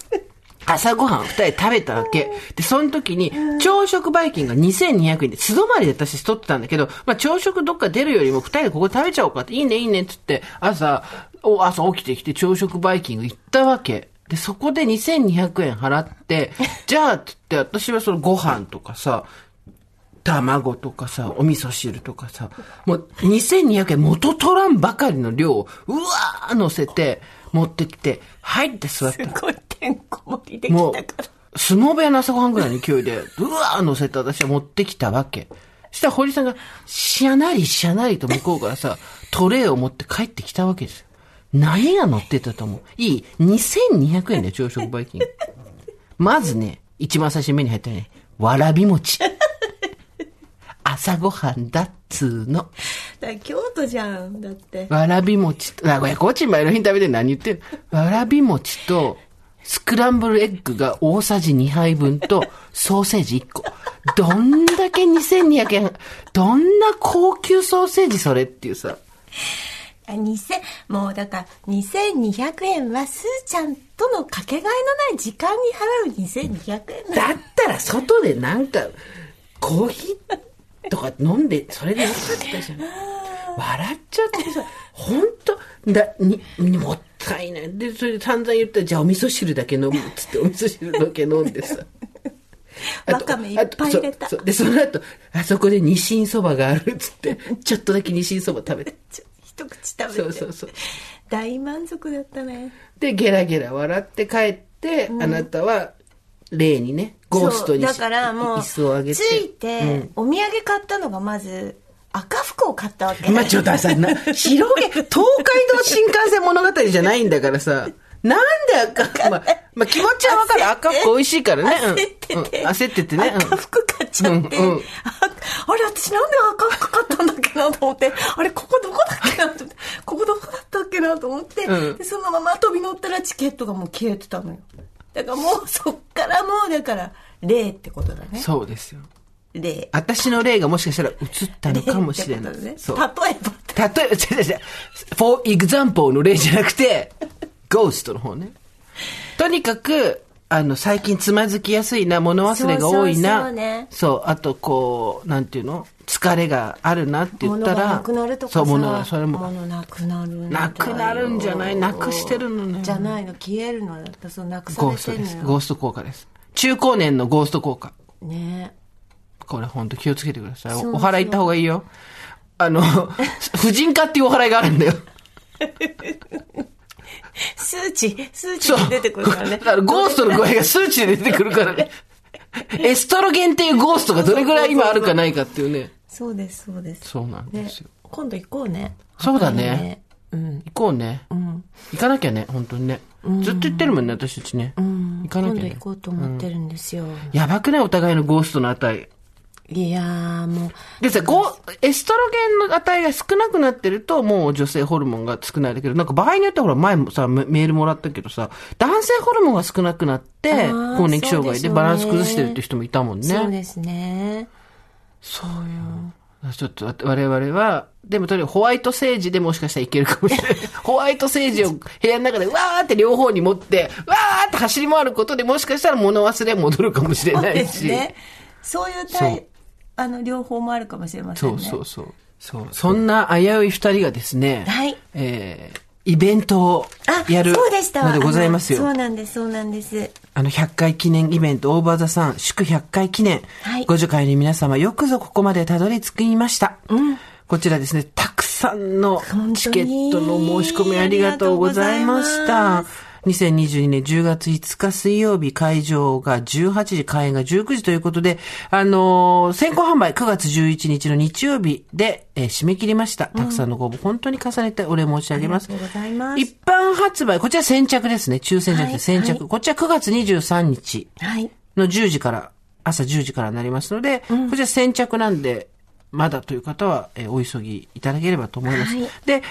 S2: 朝ごはん二人食べたわけ。で、その時に、朝食バイキングが2200円で、素泊まりで私取ってたんだけど、まあ朝食どっか出るよりも二人でここ食べちゃおうかって、いいねいいねっつって、朝、お朝起きてきて朝食バイキング行ったわけ。で、そこで2200円払って、じゃあっつって私はそのご飯とかさ、卵とかさ、お味噌汁とかさ、もう2200円元取らんばかりの量を、うわー乗せて、持ってきて、入って座っ
S3: す
S2: た。
S3: ごいてんこ盛りでき
S2: も
S3: たから
S2: う、相撲部屋の朝ごはんぐらいの勢いで、うわー乗せて私は持ってきたわけ。したら堀さんが、しゃなりしゃなりと向こうからさ、トレイを持って帰ってきたわけですよ。何が乗ってたと思ういい ?2200 円で朝食バイキング。まずね、一番最初に目に入ったね、わらび餅。朝ごはんだっつーの。
S3: だから京都じゃんだって
S2: わらび餅と、名古屋コーチン前の日に食べて何言ってるわらび餅と、スクランブルエッグが大さじ2杯分と、ソーセージ1個。どんだけ2200円、どんな高級ソーセージそれっていうさ。
S3: あ2000もうだから2200円はすーちゃんとのかけがえのない時間に払う2200円だ
S2: だったら外でなんか、コーヒーとか飲んで、それでよかったじゃん。笑っちゃってさ、ほんと、だ、に、にもったいない。で、それで散々言ったら、じゃあお味噌汁だけ飲むっつって、お味噌汁だけ飲んでさ。あと
S3: わかめいっぱい入れた
S2: あとそうそうで、その後、あそこで日清そばがあるっつって、ちょっとだけ日清そば食 べて。
S3: ちょ一口食べて
S2: そうそうそう
S3: 大満足だったね
S2: で、ゲラゲラ笑って帰って、あなたは、例にね、ゴーストにし
S3: そうだからもう
S2: 椅子をあげて。
S3: ついて、お土産買ったのがまず赤服を買ったわけ
S2: まあ、ちょっとさ、な、広げ、東海道新幹線物語じゃないんだからさ、なんで赤、まあ、まあ、気持ちはわかる。赤服美味しいからね。うん
S3: 焦ってて、
S2: うん焦っててね。うん
S3: 赤服買っちゃって、
S2: うんうん
S3: ああれ私なんで赤服買ったんだっけなと思ってあれここどこだっけなと思ってここどこだったっけなと思って、
S2: うん
S3: でそのまま飛び乗ったらチケットがもう消えてたのよだからもう そっからもうだから例ってことだね
S2: そうですよ。
S3: 例
S2: 私の例がもしかしたら映ったのかもしれな
S3: 例
S2: い。
S3: ってこと
S2: そう。
S3: だね例えば
S2: 例えば、 違う違う違う。for example の例じゃなくて、ゴーストの方ね。とにかく、あの、最近つまずきやすいな、物忘れが多い
S3: そうそう
S2: な。
S3: そうね
S2: そうあとこう、なんていうの疲れがあるなって言った
S3: 物
S2: ら。
S3: がなくなるとかさ
S2: そう、物が、それも。
S3: 物なくなるんだよ
S2: なくなるんじゃないなくしてるのね
S3: じゃないの消えるのだってそうなくさ
S2: ゴ
S3: れ
S2: ースト
S3: て
S2: で
S3: る
S2: す。
S3: の
S2: ゴ
S3: よ
S2: ースト効果です。中高年のゴースト効果。
S3: ね
S2: これ本当気をつけてください。
S3: そう
S2: おお祓い行った方がいいよ。あの、婦人科っていうお祓いがあるんだよ。
S3: 数値数値が出てくるからね
S2: だからゴーストの具合が数値で出てくるか らね。エストロゲンっていうゴーストがどれぐらい今あるかないかっていうね。
S3: そうですそうです
S2: そうなんですよ。
S3: 今度行こうね
S2: そうだね
S3: 赤いうん
S2: 行こうね。行かなきゃね、本当にね。ずっと言ってるもんね、私たちね。行かな
S3: 今
S2: きゃ
S3: 度
S2: ね
S3: 行。こうと思ってるんですよ、
S2: やばくないお互いのゴーストの値。
S3: いやーもう
S2: でさ、ゴエストロゲンの値が少なくなってると、もう女性ホルモンが少ないだけど、なんか場合によってはほら、前もさ、メメールもらったけどさ、男性ホルモンが少なくなって
S3: ー、
S2: 更年期障
S3: そうで
S2: 害
S3: しょ
S2: で
S3: うね
S2: バランス崩してるって人もいたもんね。
S3: そうですね
S2: そうよ。ちょっと我々は、でもとにかくホワイトセージでもしかしたらいけるかもしれ ない。ホワイトセージを部屋の中でわーって両方に持って、わーって走り回ることでもしかしたら物忘れ戻るかもしれ
S3: そう
S2: な
S3: で
S2: い
S3: す
S2: し。
S3: ねそういうタ
S2: そ
S3: イ
S2: う
S3: あの両方もあるかもしれませ
S2: そ
S3: ん
S2: う
S3: ね
S2: そうそう。そう。そんな危うい二人がですね、
S3: はい
S2: えー、イベントを
S3: あ
S2: やる
S3: そうでしたわ
S2: のでございます
S3: あの
S2: よ。
S3: そうなんですそうなんです
S2: あの、100回記念イベント、オーバーザさん、祝100回記念。
S3: はい
S2: ご助会の皆様、よくぞここまでたどり着きました。こちらですね、たくさんの
S3: 当に
S2: チケットの申し込みありがとうございまし
S3: あ
S2: た。2022年10月5日水曜日、会場が18時、開演が19時ということで、あのー先行販売9月11日の日曜日で、えー締め切りました。たくさんのご応募、本当に重ねてお礼申し上げます。
S3: ありがとうございます
S2: 一般発売、こちら先着ですね。抽選じゃなくて先着。
S3: はいはい
S2: こちら9月23日
S3: はい
S2: の10時から、朝10時からになりますので、こちら先着なんで、まだという方は、えーお急ぎいただければと思います。
S3: はい
S2: で、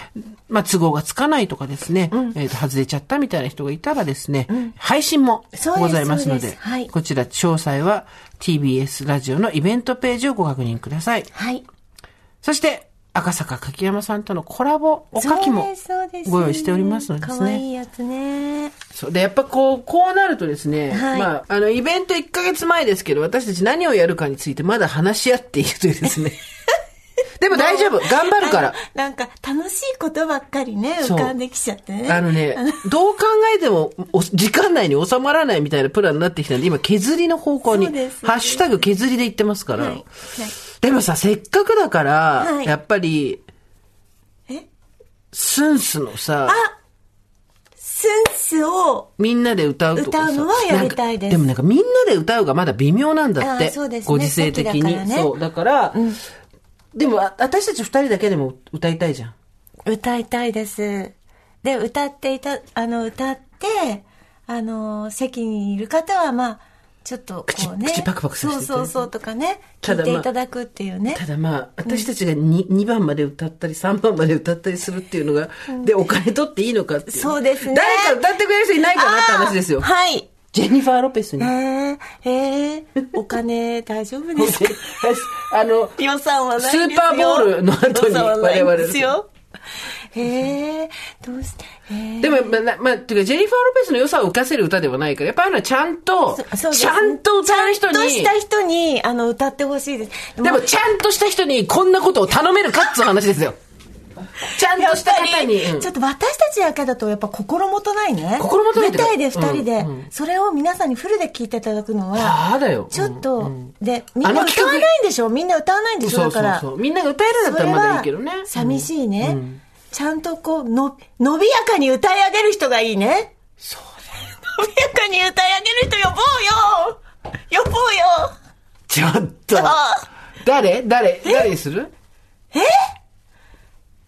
S2: まあ、都合がつかないとかですね、えーと外れちゃったみたいな人がいたらですね、配信も
S3: そうです
S2: ございますの
S3: そう
S2: で、
S3: ですはい
S2: こちら詳細は TBS ラジオのイベントページをご確認ください。
S3: はい
S2: そして、赤坂柿山さんとのコラボおかき
S3: そう
S2: も
S3: ですそうです
S2: ご用意しておりますのでです
S3: 可愛
S2: ね。
S3: いやつね
S2: そう。で、やっぱこう、こうなるとですね、
S3: はい
S2: まあ、あの、イベント1ヶ月前ですけど、私たち何をやるかについてまだ話し合っているというで すね。でも大丈夫頑張るか
S3: あ
S2: ら
S3: の。なんか楽しいことばっかりね
S2: そう
S3: 浮かんできちゃってね
S2: あのね、どう考えても、お時間内に収まらないみたいなプランになってきたんで、今、削りの方向に、
S3: そうです
S2: ハッシュタグ削りで言ってますから。
S3: はいはい
S2: でもさ、せっかくだから、
S3: はい
S2: やっぱり、
S3: え
S2: スンスのさ、
S3: スンスを
S2: みんなで歌うとかさ
S3: 歌うのはやりたいです
S2: なんかでもなんかみんなで歌うがまだ微妙なんだって。
S3: あーそうですね
S2: ご時世的に。
S3: 席だからね
S2: そう。だから、でもあ私たち二人だけでも歌いたいじゃん。
S3: 歌いたいです。で、歌っていた、あの、歌って、あの、席にいる方は、まあ、ちょっとこ
S2: 口
S3: うね
S2: 口パクパクさせていただいて
S3: そうそうそうとかね
S2: た
S3: 聞
S2: だ
S3: いて
S2: まあ
S3: いただくっていうね
S2: ただまあ、私たちが 2, 2番まで歌ったり、3番まで歌ったりするっていうのが、で、お金取っていいのかっていう。
S3: そうですね
S2: 誰か歌ってくれる人いないかなって話ですよ
S3: あー。はい
S2: ジェニファー・ロペスに。
S3: えー、えー、お金大丈夫ですか
S2: あの、
S3: 予算はないんですよ
S2: スーパーボールの後に
S3: 予算はないん
S2: 我々
S3: ですよえー、どうしてえー、
S2: でも、まあ、なまあ、ていうか、ジェニファー・ロペスの良さを浮かせる歌ではないから、やっぱああいうのはちゃんと、
S3: そうです
S2: ちゃんと歌う人
S3: ちゃんとし
S2: に
S3: た、人にあの歌ってほしいです
S2: でも、ちゃんとした人にこんなことを頼めるかっつう話ですよ。ちゃん
S3: や
S2: と
S3: っ
S2: した
S3: ぱ
S2: 方
S3: り
S2: に。うん
S3: ちょっと私たちだけだとやっぱ心もとないね
S2: 心もとないって
S3: 舞
S2: か
S3: 台で2人で、
S2: うん
S3: それを皆さんにフルで聞いていただくのは
S2: ああだよ。
S3: ちょっと、
S2: うん
S3: でみんな
S2: あの
S3: 歌
S2: 企画
S3: わないんでしょみんな歌わないんでしょ
S2: そう
S3: だ
S2: そ
S3: か
S2: う
S3: ら
S2: そう。みんなが歌えるんだったらまだいいけどね
S3: それ。は寂しいね、ちゃんとこうの伸びやかに歌い上げる人がいいね
S2: そう
S3: 伸びやかに歌い上げる人呼ぼうよ呼ぼうよ
S2: ちょっと。誰誰誰にする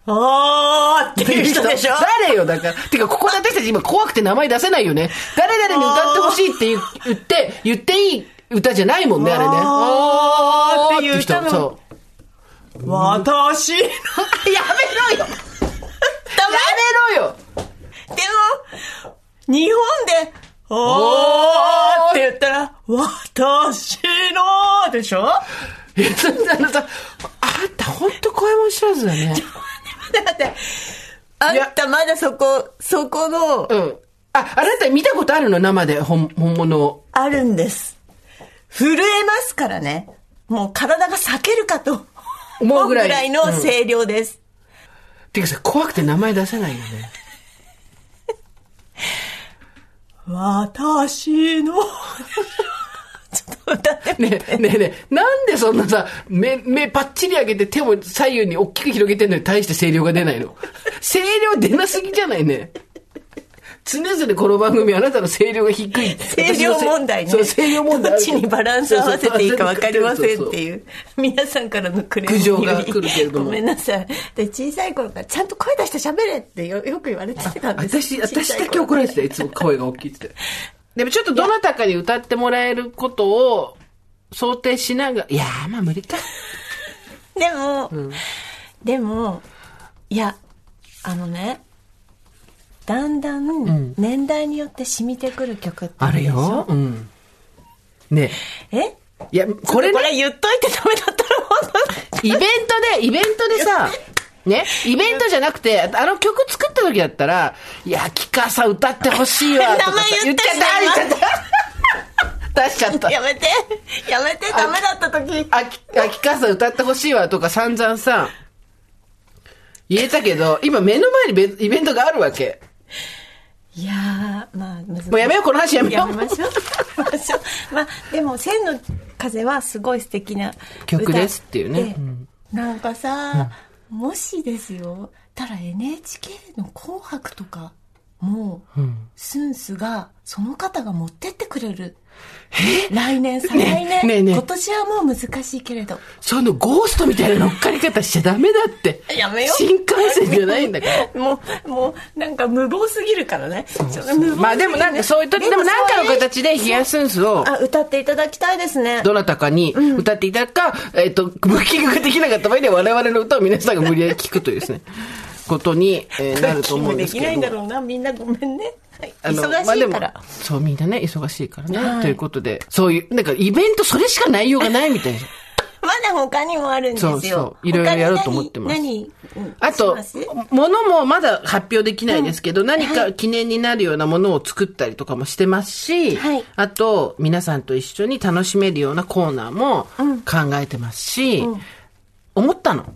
S3: あーっていう人でしょ
S2: 誰よ、だから。てか、ここで私たち今怖くて名前出せないよね。誰々に歌ってほしいって言う言って、言っていい歌じゃないもんね、あれね。
S3: あーっていう
S2: 人。
S3: 歌も
S2: そ
S3: 私の
S2: う。やめ
S3: ため
S2: ろよやめろよ
S3: でも、日本で、おーって言ったら、私のでしょだ
S2: いやそんなのさ、あんた本当声も知らずだね。
S3: って、あんたまだそこ、そこの
S2: う、ん。あ、あなた見たことあるの生で、本、本物を。
S3: あるんです。震えますからね。もう体が裂けるかと
S2: 思
S3: 思う
S2: うぐ
S3: ぐ
S2: らい
S3: らいの声量です。
S2: てかさ、怖くて名前出せないよ ね。
S3: 私 の、ちょっと歌ってみ
S2: ねえねえねえ、なんでそんなさ、目、目パッチリ上げて手も左右に大きく広げてんのに対して声量が出な いの声量出なすぎじゃないね。常々この番組あなたの声量が低い。
S3: 声量問題ね。
S2: そう、声量問題あ
S3: ど
S2: る
S3: っちにバランス合わせていいか分かりませんって
S2: う。
S3: いう。皆さんからのクレーム
S2: 苦
S3: に
S2: 情が来るけれども
S3: ごめんなさい。で、小さい頃からちゃんと声出して喋れってよよく言われてたんです。
S2: 私、私だけ怒られてた、いつも声が大きいって。でもちょっとどなたかに歌ってもらえることを想定しながら、いやーまあ無理か。
S3: でも、でも、いや、あのね、だんだん年代によって染みてくる曲って
S2: あ
S3: る
S2: る
S3: でしょ
S2: よ。うん。ね
S3: え
S2: え。いや、これね
S3: こ。れ言っといてダメだったら本当
S2: イベントで、イベント でさ、ね、イベントじゃなくて、あの曲作った時だったら、いや、キカさん歌ってほしいわと かさ。
S3: 名前言った
S2: 言っちゃった、言っちゃ った。出しちゃった。
S3: やめて、やめて、ダメだった時。
S2: あき、あきかさん歌ってほしいわとか散々さ、言えたけど、今目の前にベイベントがあるわけ。
S3: いやー、まあ、難しい。
S2: もうやめよう、この話やめよ
S3: やめ
S2: う。
S3: ましょう。やめましょう。 まあ、でも、千の風はすごい素敵な歌
S2: 曲ですっていうね
S3: で
S2: うん
S3: なんかさ、もしですよ、たら NHK の紅白とか、もう、スンスが、その方が持ってってくれる。来年、再来
S2: ね
S3: 年、
S2: ねえねえ
S3: 今年はもう難しいけれど。
S2: そのゴーストみたいな乗っかり方しちゃダメだって。
S3: やめよう
S2: 新幹線じゃないん だから。
S3: もう、もう、なんか無謀すぎるからね。ちょっと無謀すぎるね
S2: まあでもなんかそういう時、でもなんかの形でヒアスンスを、
S3: あ、歌っていただきたいですね。
S2: どなたかに歌っていただくか、えっ、と、ブッキングができなかった場合には我々の歌を皆さんが無理やり聞くというですね、ことに、えーなると思うんですけ
S3: できないん
S2: れ
S3: だ
S2: ど。
S3: ろうな。みんなごめんね。はい
S2: あの
S3: 忙しいか
S2: まあ
S3: ら
S2: でも。そう、みんなね、忙しいからね。
S3: はい
S2: ということで、そういう、なんかイベントそれしか内容がないみた いな。
S3: まだ他にもあるんですよ。
S2: そうそういろいろやろうと思ってます
S3: 他に何何うん
S2: あと
S3: します、
S2: ものもまだ発表できないですけど、何か記念になるようなものを作ったりとかもしてますし、
S3: はい
S2: あと、皆さんと一緒に楽しめるようなコーナーも考えてますし、思ったの。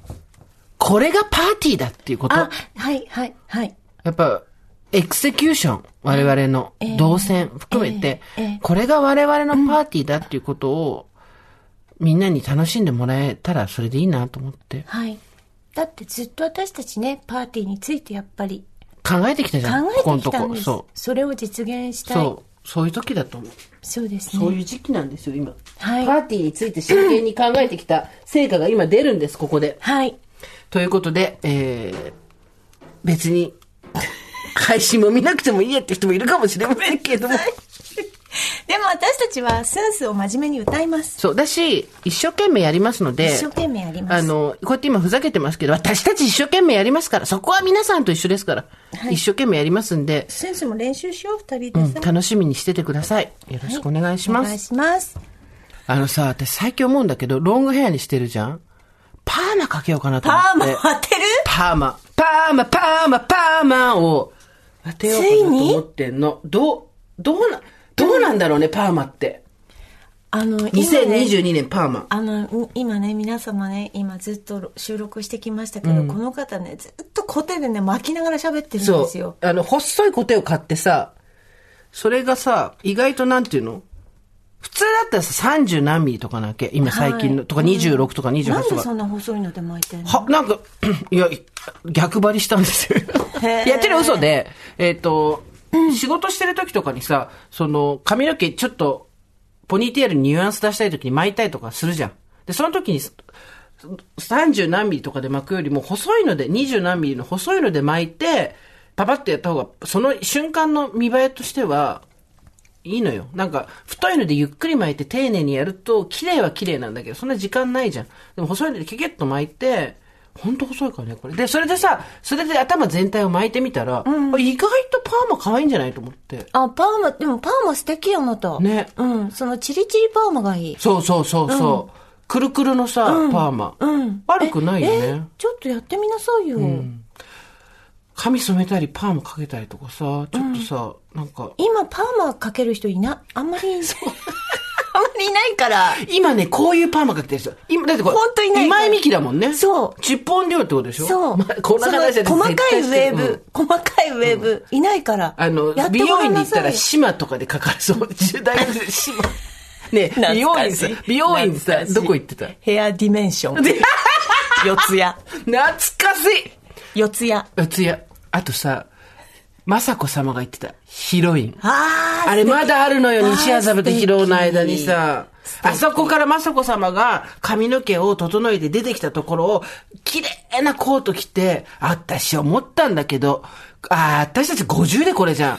S2: これがパーティーだっていうこと。
S3: あ
S2: や、
S3: はい、はい、はい。
S2: っぱ、エクセキューション、我々の動線含めて、
S3: えーえー
S2: これが我々のパーティーだっていうことを、みんなに楽しんでもらえたらそれでいいなと思って、
S3: はい。だってずっと私たちね、パーティーについてやっぱり
S2: 考えてきたじ
S3: 考
S2: ゃん、ここ
S3: え
S2: の
S3: てき
S2: と
S3: たん
S2: こ。
S3: です。
S2: そう
S3: そ。れを実現したい。
S2: そう。そういう時だと思う。
S3: そうです
S2: そう
S3: ね。
S2: いう時期なんですよ、今。
S3: はい
S2: パーティーについて真剣に考えてきた成果が今出るんです、ここで。
S3: はい。
S2: ということで、えー、 別に、配信も見なくてもいいやって人もいるかもしれませんけども。
S3: でも私たちはスンスを真面目に歌います。
S2: そう。だし、一生懸命やりますので、
S3: 一生懸命やります
S2: あの、こうやって今ふざけてますけど、私たち一生懸命やりますから、そこは皆さんと一緒ですから、
S3: はい
S2: 一生懸命やりますんで、
S3: スンスも練習しよう、二人
S2: う
S3: で
S2: ん、
S3: さ。
S2: 楽しみにしててください。よろしくお願いしま
S3: お願い
S2: す。
S3: します。
S2: あのさ、私最近思うんだけど、ロングヘアにしてるじゃんパーマかけようかなと思って
S3: パ。ーマ当てる
S2: パーマ、パーマ、パーマ、パーマを当てようかなと思ってんの。どう、どうな、どうなんだろうね、パーマって。
S3: あの、今ね
S2: 2022年パーマ。
S3: あのう今ね皆様ね今ずっと収録してきましたけど、この方ねずっとコテでね巻きながら喋ってるんで
S2: そ
S3: す
S2: う
S3: よ。
S2: あの、細いコテを買ってさ、それがさ、意外となんていうの普通だったらさ、30何ミリとかなわけ。今最近の、
S3: はい
S2: とか26とか28とか。
S3: なんでそんな細いので巻いてんの
S2: は、なんか、 いや、逆張りしたんですよ。
S3: へー
S2: やってる嘘で、えっ、と、仕事してる時とかにさ、その、髪の毛ちょっと、ポニーテールにニュアンス出したい時に巻いたりとかするじゃん。で、その時に、そ30何ミリとかで巻くよりも、細いので、20何ミリの細いので巻いて、パパってやった方が、その瞬間の見栄えとしては、いいのよ。なんか、太いのでゆっくり巻いて丁寧にやると、綺麗は綺麗なんだけど、そんな時間ないじゃん。でも細いのでキュキュッと巻いて、ほんと細いからね、これ。で、それでさ、それで頭全体を巻いてみたら、あ意外とパーマ可愛いんじゃないと思って。
S3: あパーマでもパーマ素敵よあなた
S2: ね
S3: うんそのチリチリパーマがいい
S2: そうそうそうそう。くるくるのさ、パーマ、
S3: うん
S2: 悪くないよ
S3: え
S2: ね
S3: え。ちょっとやってみなさいよ、
S2: 髪染めたり、パーマかけたりとかさ、ちょっとさ、なんか、
S3: 今パーマかける人いなあんまりあん まりいないから
S2: 今ね、こういうパーマかけてる人。今、だってこれ、
S3: ほんといないから
S2: 今井美樹だもんね。
S3: そう
S2: チップ音量ってことでしょ
S3: そう、
S2: まこんな話
S3: そ
S2: で
S3: の細かいウェー
S2: うん
S3: ブ、細かいウェーブ、いないから
S2: あの
S3: や、っ
S2: 美
S3: てご
S2: 容
S3: ら
S2: 院
S3: ん
S2: に行
S3: な
S2: っ
S3: さい
S2: たら、島とかでかかるそう。10代ぐらいで 島。ね
S3: 懐かしい
S2: 美容院さ、美容院さ、
S3: 懐かしい
S2: どこ行ってた
S3: ヘアディメンシ ョン。四谷。
S2: 懐かし
S3: 四谷。あ
S2: い四谷。あとさ、雅子様が行ってた、ヒロイン。
S3: あー
S2: あれまだあるのよ、
S3: あー
S2: 西麻布と広尾の間にさ
S3: 素。敵
S2: あそこから雅子様が髪の毛を整えて出てきたところを、綺麗なコート着て、あったし思ったんだけど、あー、私たち50でこれじゃん。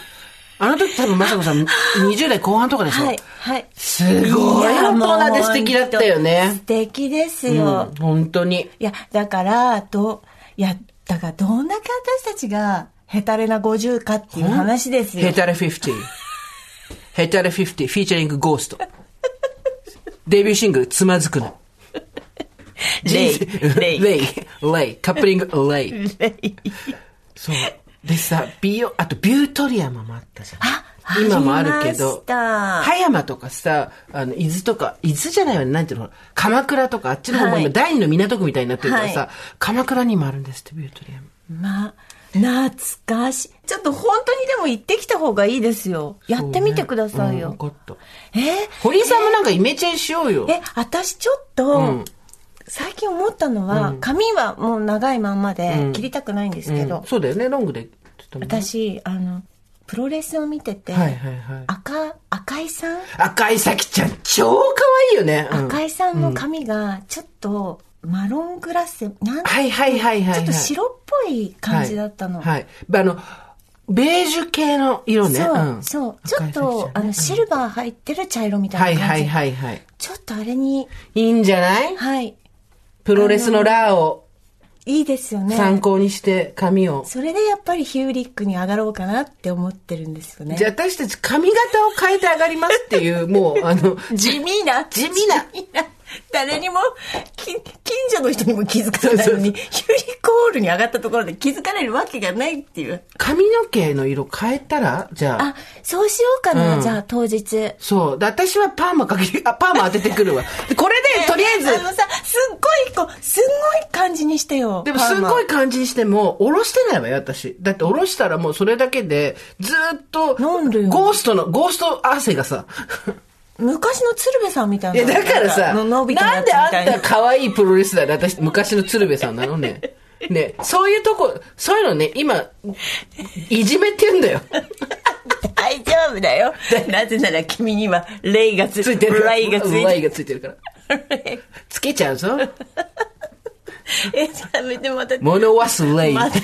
S2: あの時多分雅子さん20代後半とかでしょ。
S3: はい、はい。
S2: すごい大人で素敵だったよ
S3: いやもう
S2: ね
S3: 素。敵です
S2: うん
S3: よ。
S2: 本当に。
S3: いや、だから、どう、いや、だからどんだけ私たちが、ヘタレな50かっていう話ですよ
S2: ヘ。タレ50。ヘタレ50、フィーチャリングゴースト。デビューシングル、つまずくな。
S3: レイ
S2: 人生
S3: レイ
S2: レイ。レイ。カップリング、レイ。
S3: レイ
S2: そう。でさ、美容、あとビュートリアマもあったじゃん。
S3: あ
S2: 今もあるけ
S3: あり
S2: ど
S3: まし、た
S2: 葉山とかさ、あの、伊豆とか、伊豆じゃないわね、なんていうの、鎌倉とか、あっちの方も
S3: は
S2: 今、
S3: い
S2: 第二の港区みたいになってるからさ、
S3: はい
S2: 鎌倉にもあるんですって、ビュートリアマ。
S3: まあ、懐かしい。ちょっと本当にでも行ってきた方がいいですよ。やってみてくださいよ。
S2: そうねうんわかった
S3: え
S2: 堀井さんもなんかイメチェンしようよ。
S3: え、私ちょっと、
S2: ん
S3: 最近思ったのは、髪はもう長いまんまで切りたくないんですけど、
S2: うんそうだよね、ロングで。ちょっとね
S3: 私、あの、プロレスを見てて、
S2: はいはいはい
S3: 赤、赤井さん、
S2: 赤い咲ちゃん、超可愛いよね。うん
S3: 赤井さんの髪が、ちょっと、マロングラッセ、なん
S2: はいはいはいはいはい。
S3: ちょっと白っぽい感じだったの。
S2: はい。はいあの、ベージュ系の色ね。
S3: そう、
S2: ん
S3: そう。ちょっと、あ
S2: 赤
S3: の、
S2: い咲ち
S3: シルバー入ってる茶色みた
S2: ゃんねはいい
S3: な感じ。
S2: はいはいはい。
S3: ちょっとあれに、
S2: いいんじゃない
S3: はい、
S2: プロレスのラーを
S3: いいですよね。
S2: 参考にして髪を。
S3: それでやっぱりヒューリックに上がろうかなって思ってるんですよね。
S2: じゃあ私たち髪型を変えて上がりますっていう、もう、あの、
S3: 地味な
S2: 地味な
S3: 地味な誰にも、き近所の人にも気づかないのに、ヒューリックホールに上がったところで気づかれるわけがないっていう。
S2: 髪の毛の色変えたらじゃあ。
S3: あ、そうしようかな、
S2: うん
S3: じゃあ当日。
S2: そう。で、私はパーマかけ、あ、パーマ当ててくるわ。でこれで、とりあえず、
S3: あのさ、すっごい、こう、すんごい感じにしてよ。
S2: でもすっ
S3: パ
S2: ご
S3: ー
S2: い感じにしても、おろしてないわよ、私。だっておろしたらもうそれだけで、ずーっと、
S3: なんでよ
S2: ゴーストの、ゴースト汗 がさ。
S3: マ。昔の鶴瓶さんみたい
S2: い
S3: な。
S2: や、だからさ、
S3: ののび太の
S2: な
S3: や
S2: ん
S3: つみ
S2: であん
S3: たいな
S2: た可愛いプロレスラーで私、昔の鶴瓶さんなのね。ね、そういうとこ、そういうのね、今、いじめって言うんだよ。
S3: 大丈夫だよ。なぜなら君には、霊がつ
S2: ついてるから。
S3: 霊がつ
S2: ラ
S3: い
S2: イ
S3: てる。
S2: がついてるから。つけちゃうぞ。
S3: え、じゃあ、でもまた、
S2: 物忘れ。
S3: また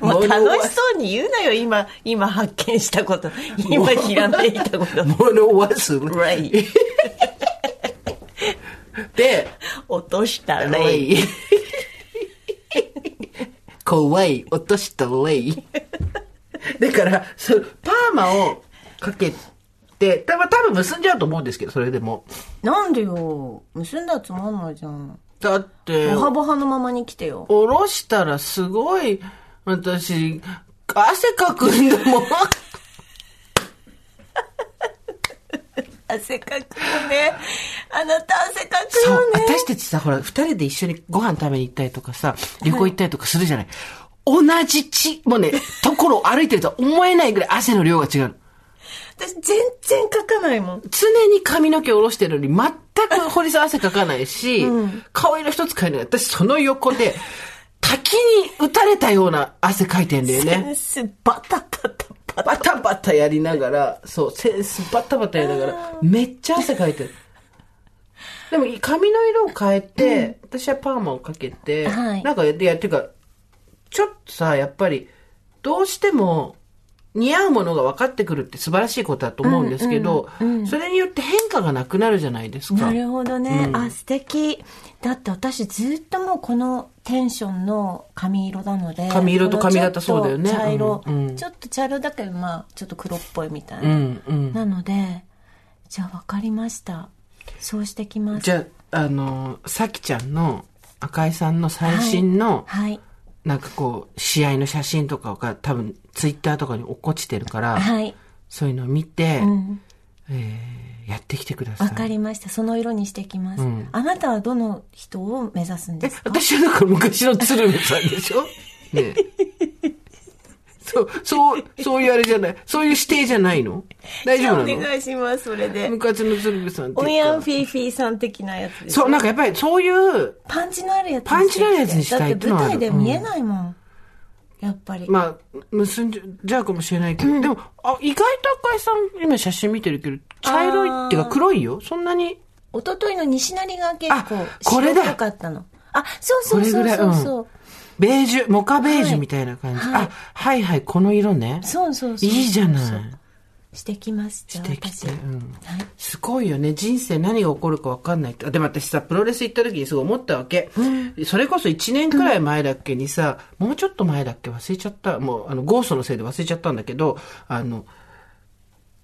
S3: もう楽しそうに言うなよ、今、今発見したこと。今ひらめいたこと。
S2: Mono was
S3: Ray。
S2: で、
S3: 落とした
S2: 怖
S3: レイ。
S2: い。怖い、落としたレイ。だから、そのパーマをかけて、たぶ多分結んじゃうと思うんですけど、それでも。
S3: なんでよ。結んだらつまんないじゃん。
S2: だって、
S3: ボハボハのままに来てよ。
S2: おろしたらすごい、私、汗かくんだもん。
S3: 汗かくよね。あなた汗かく
S2: そう
S3: よ、ね。
S2: 私たちさ、ほら、二人で一緒にご飯食べに行ったりとかさ、旅行行ったりとかするじゃない。同じ地、もう ね、ところを歩いてるとは思えないぐらい汗の量が違うの。
S3: 私全然かかないもん。
S2: 常に髪の毛を下ろしてるのに全く堀さん汗かかないし、顔色一つ変えない。私その横で、滝に打たれたような汗かいてんだよね。
S3: すバタバタバタ。
S2: バタバタやりながら、そう、センスバタバタやりながら、めっちゃ汗かいて る。でも髪の色を変えて、私はパーマをかけて、
S3: はい
S2: なんか、いや、ていうか、ちょっとさ、やっぱり、どうしても、似合うものが分かってくるって素晴らしいことだと思うんですけど、それによって変化がなくなるじゃないですか。
S3: なるほどね。あ、素敵。だって私ずっともうこのテンションの髪色なので。
S2: 髪色と髪型
S3: この
S2: そうだよね
S3: ちょっと茶色、
S2: うんうん
S3: ちょっと茶色だけど、まあ、ちょっと黒っぽいみたいうな。
S2: んうん。
S3: なので、じゃあ分かりました。そうしてきます。
S2: じゃあ、あの、さきちゃんの、赤井さんの最新の、
S3: はい。
S2: なんかこう、試合の写真とかが多分、ツイッターとかに落っこちてるから、
S3: はい。
S2: そういうのを見て、
S3: うん。
S2: えーやってきてください。
S3: わかりました。その色にしてきます。
S2: うん
S3: あなたはどの人を目指すんですか
S2: 私はだから昔の鶴瓶さんで しょねえそう、そう、そういうあれじゃない。そういう指定じゃないの大丈夫
S3: じゃあお
S2: な
S3: 願いします、それで
S2: の。昔の鶴瓶さんって
S3: オ
S2: 言
S3: イ
S2: った
S3: ア
S2: ら
S3: ンフィーフィーさん的なやつです。
S2: そう、なんかやっぱりそういう、
S3: パンチのあるやつ
S2: パンチのあるやつにしたい
S3: だって舞台で
S2: ってのはある
S3: 見えないもん。やっぱり。
S2: まあ、結んじゃじゃうかもしれないけど、でも、あ、意外と赤井さん、今写真見てるけど、茶色いっていうか黒いよ。そんなに。
S3: 一昨日の西成が結構
S2: あ、これだ
S3: 白っぽかったの。あ、そうそう
S2: これ
S3: そ
S2: ぐ
S3: う
S2: らい
S3: そうそう。
S2: ベージュ、モカベージュみたいな感じ。
S3: はい
S2: あ、はいはい、この色ね。
S3: そうそうそう。
S2: いいじゃ
S3: そう
S2: ない。
S3: してきます。じゃあ
S2: でき
S3: 私。
S2: て、うん。
S3: はい。
S2: すごいよね。人生何が起こるか分かんないって。あでも私さ、プロレス行った時にすごい思ったわけ。それこそ1年くらい前だっけにさ、もうちょっと前だっけ忘れちゃった。もう、あの、ゴーストのせいで忘れちゃったんだけど、あの、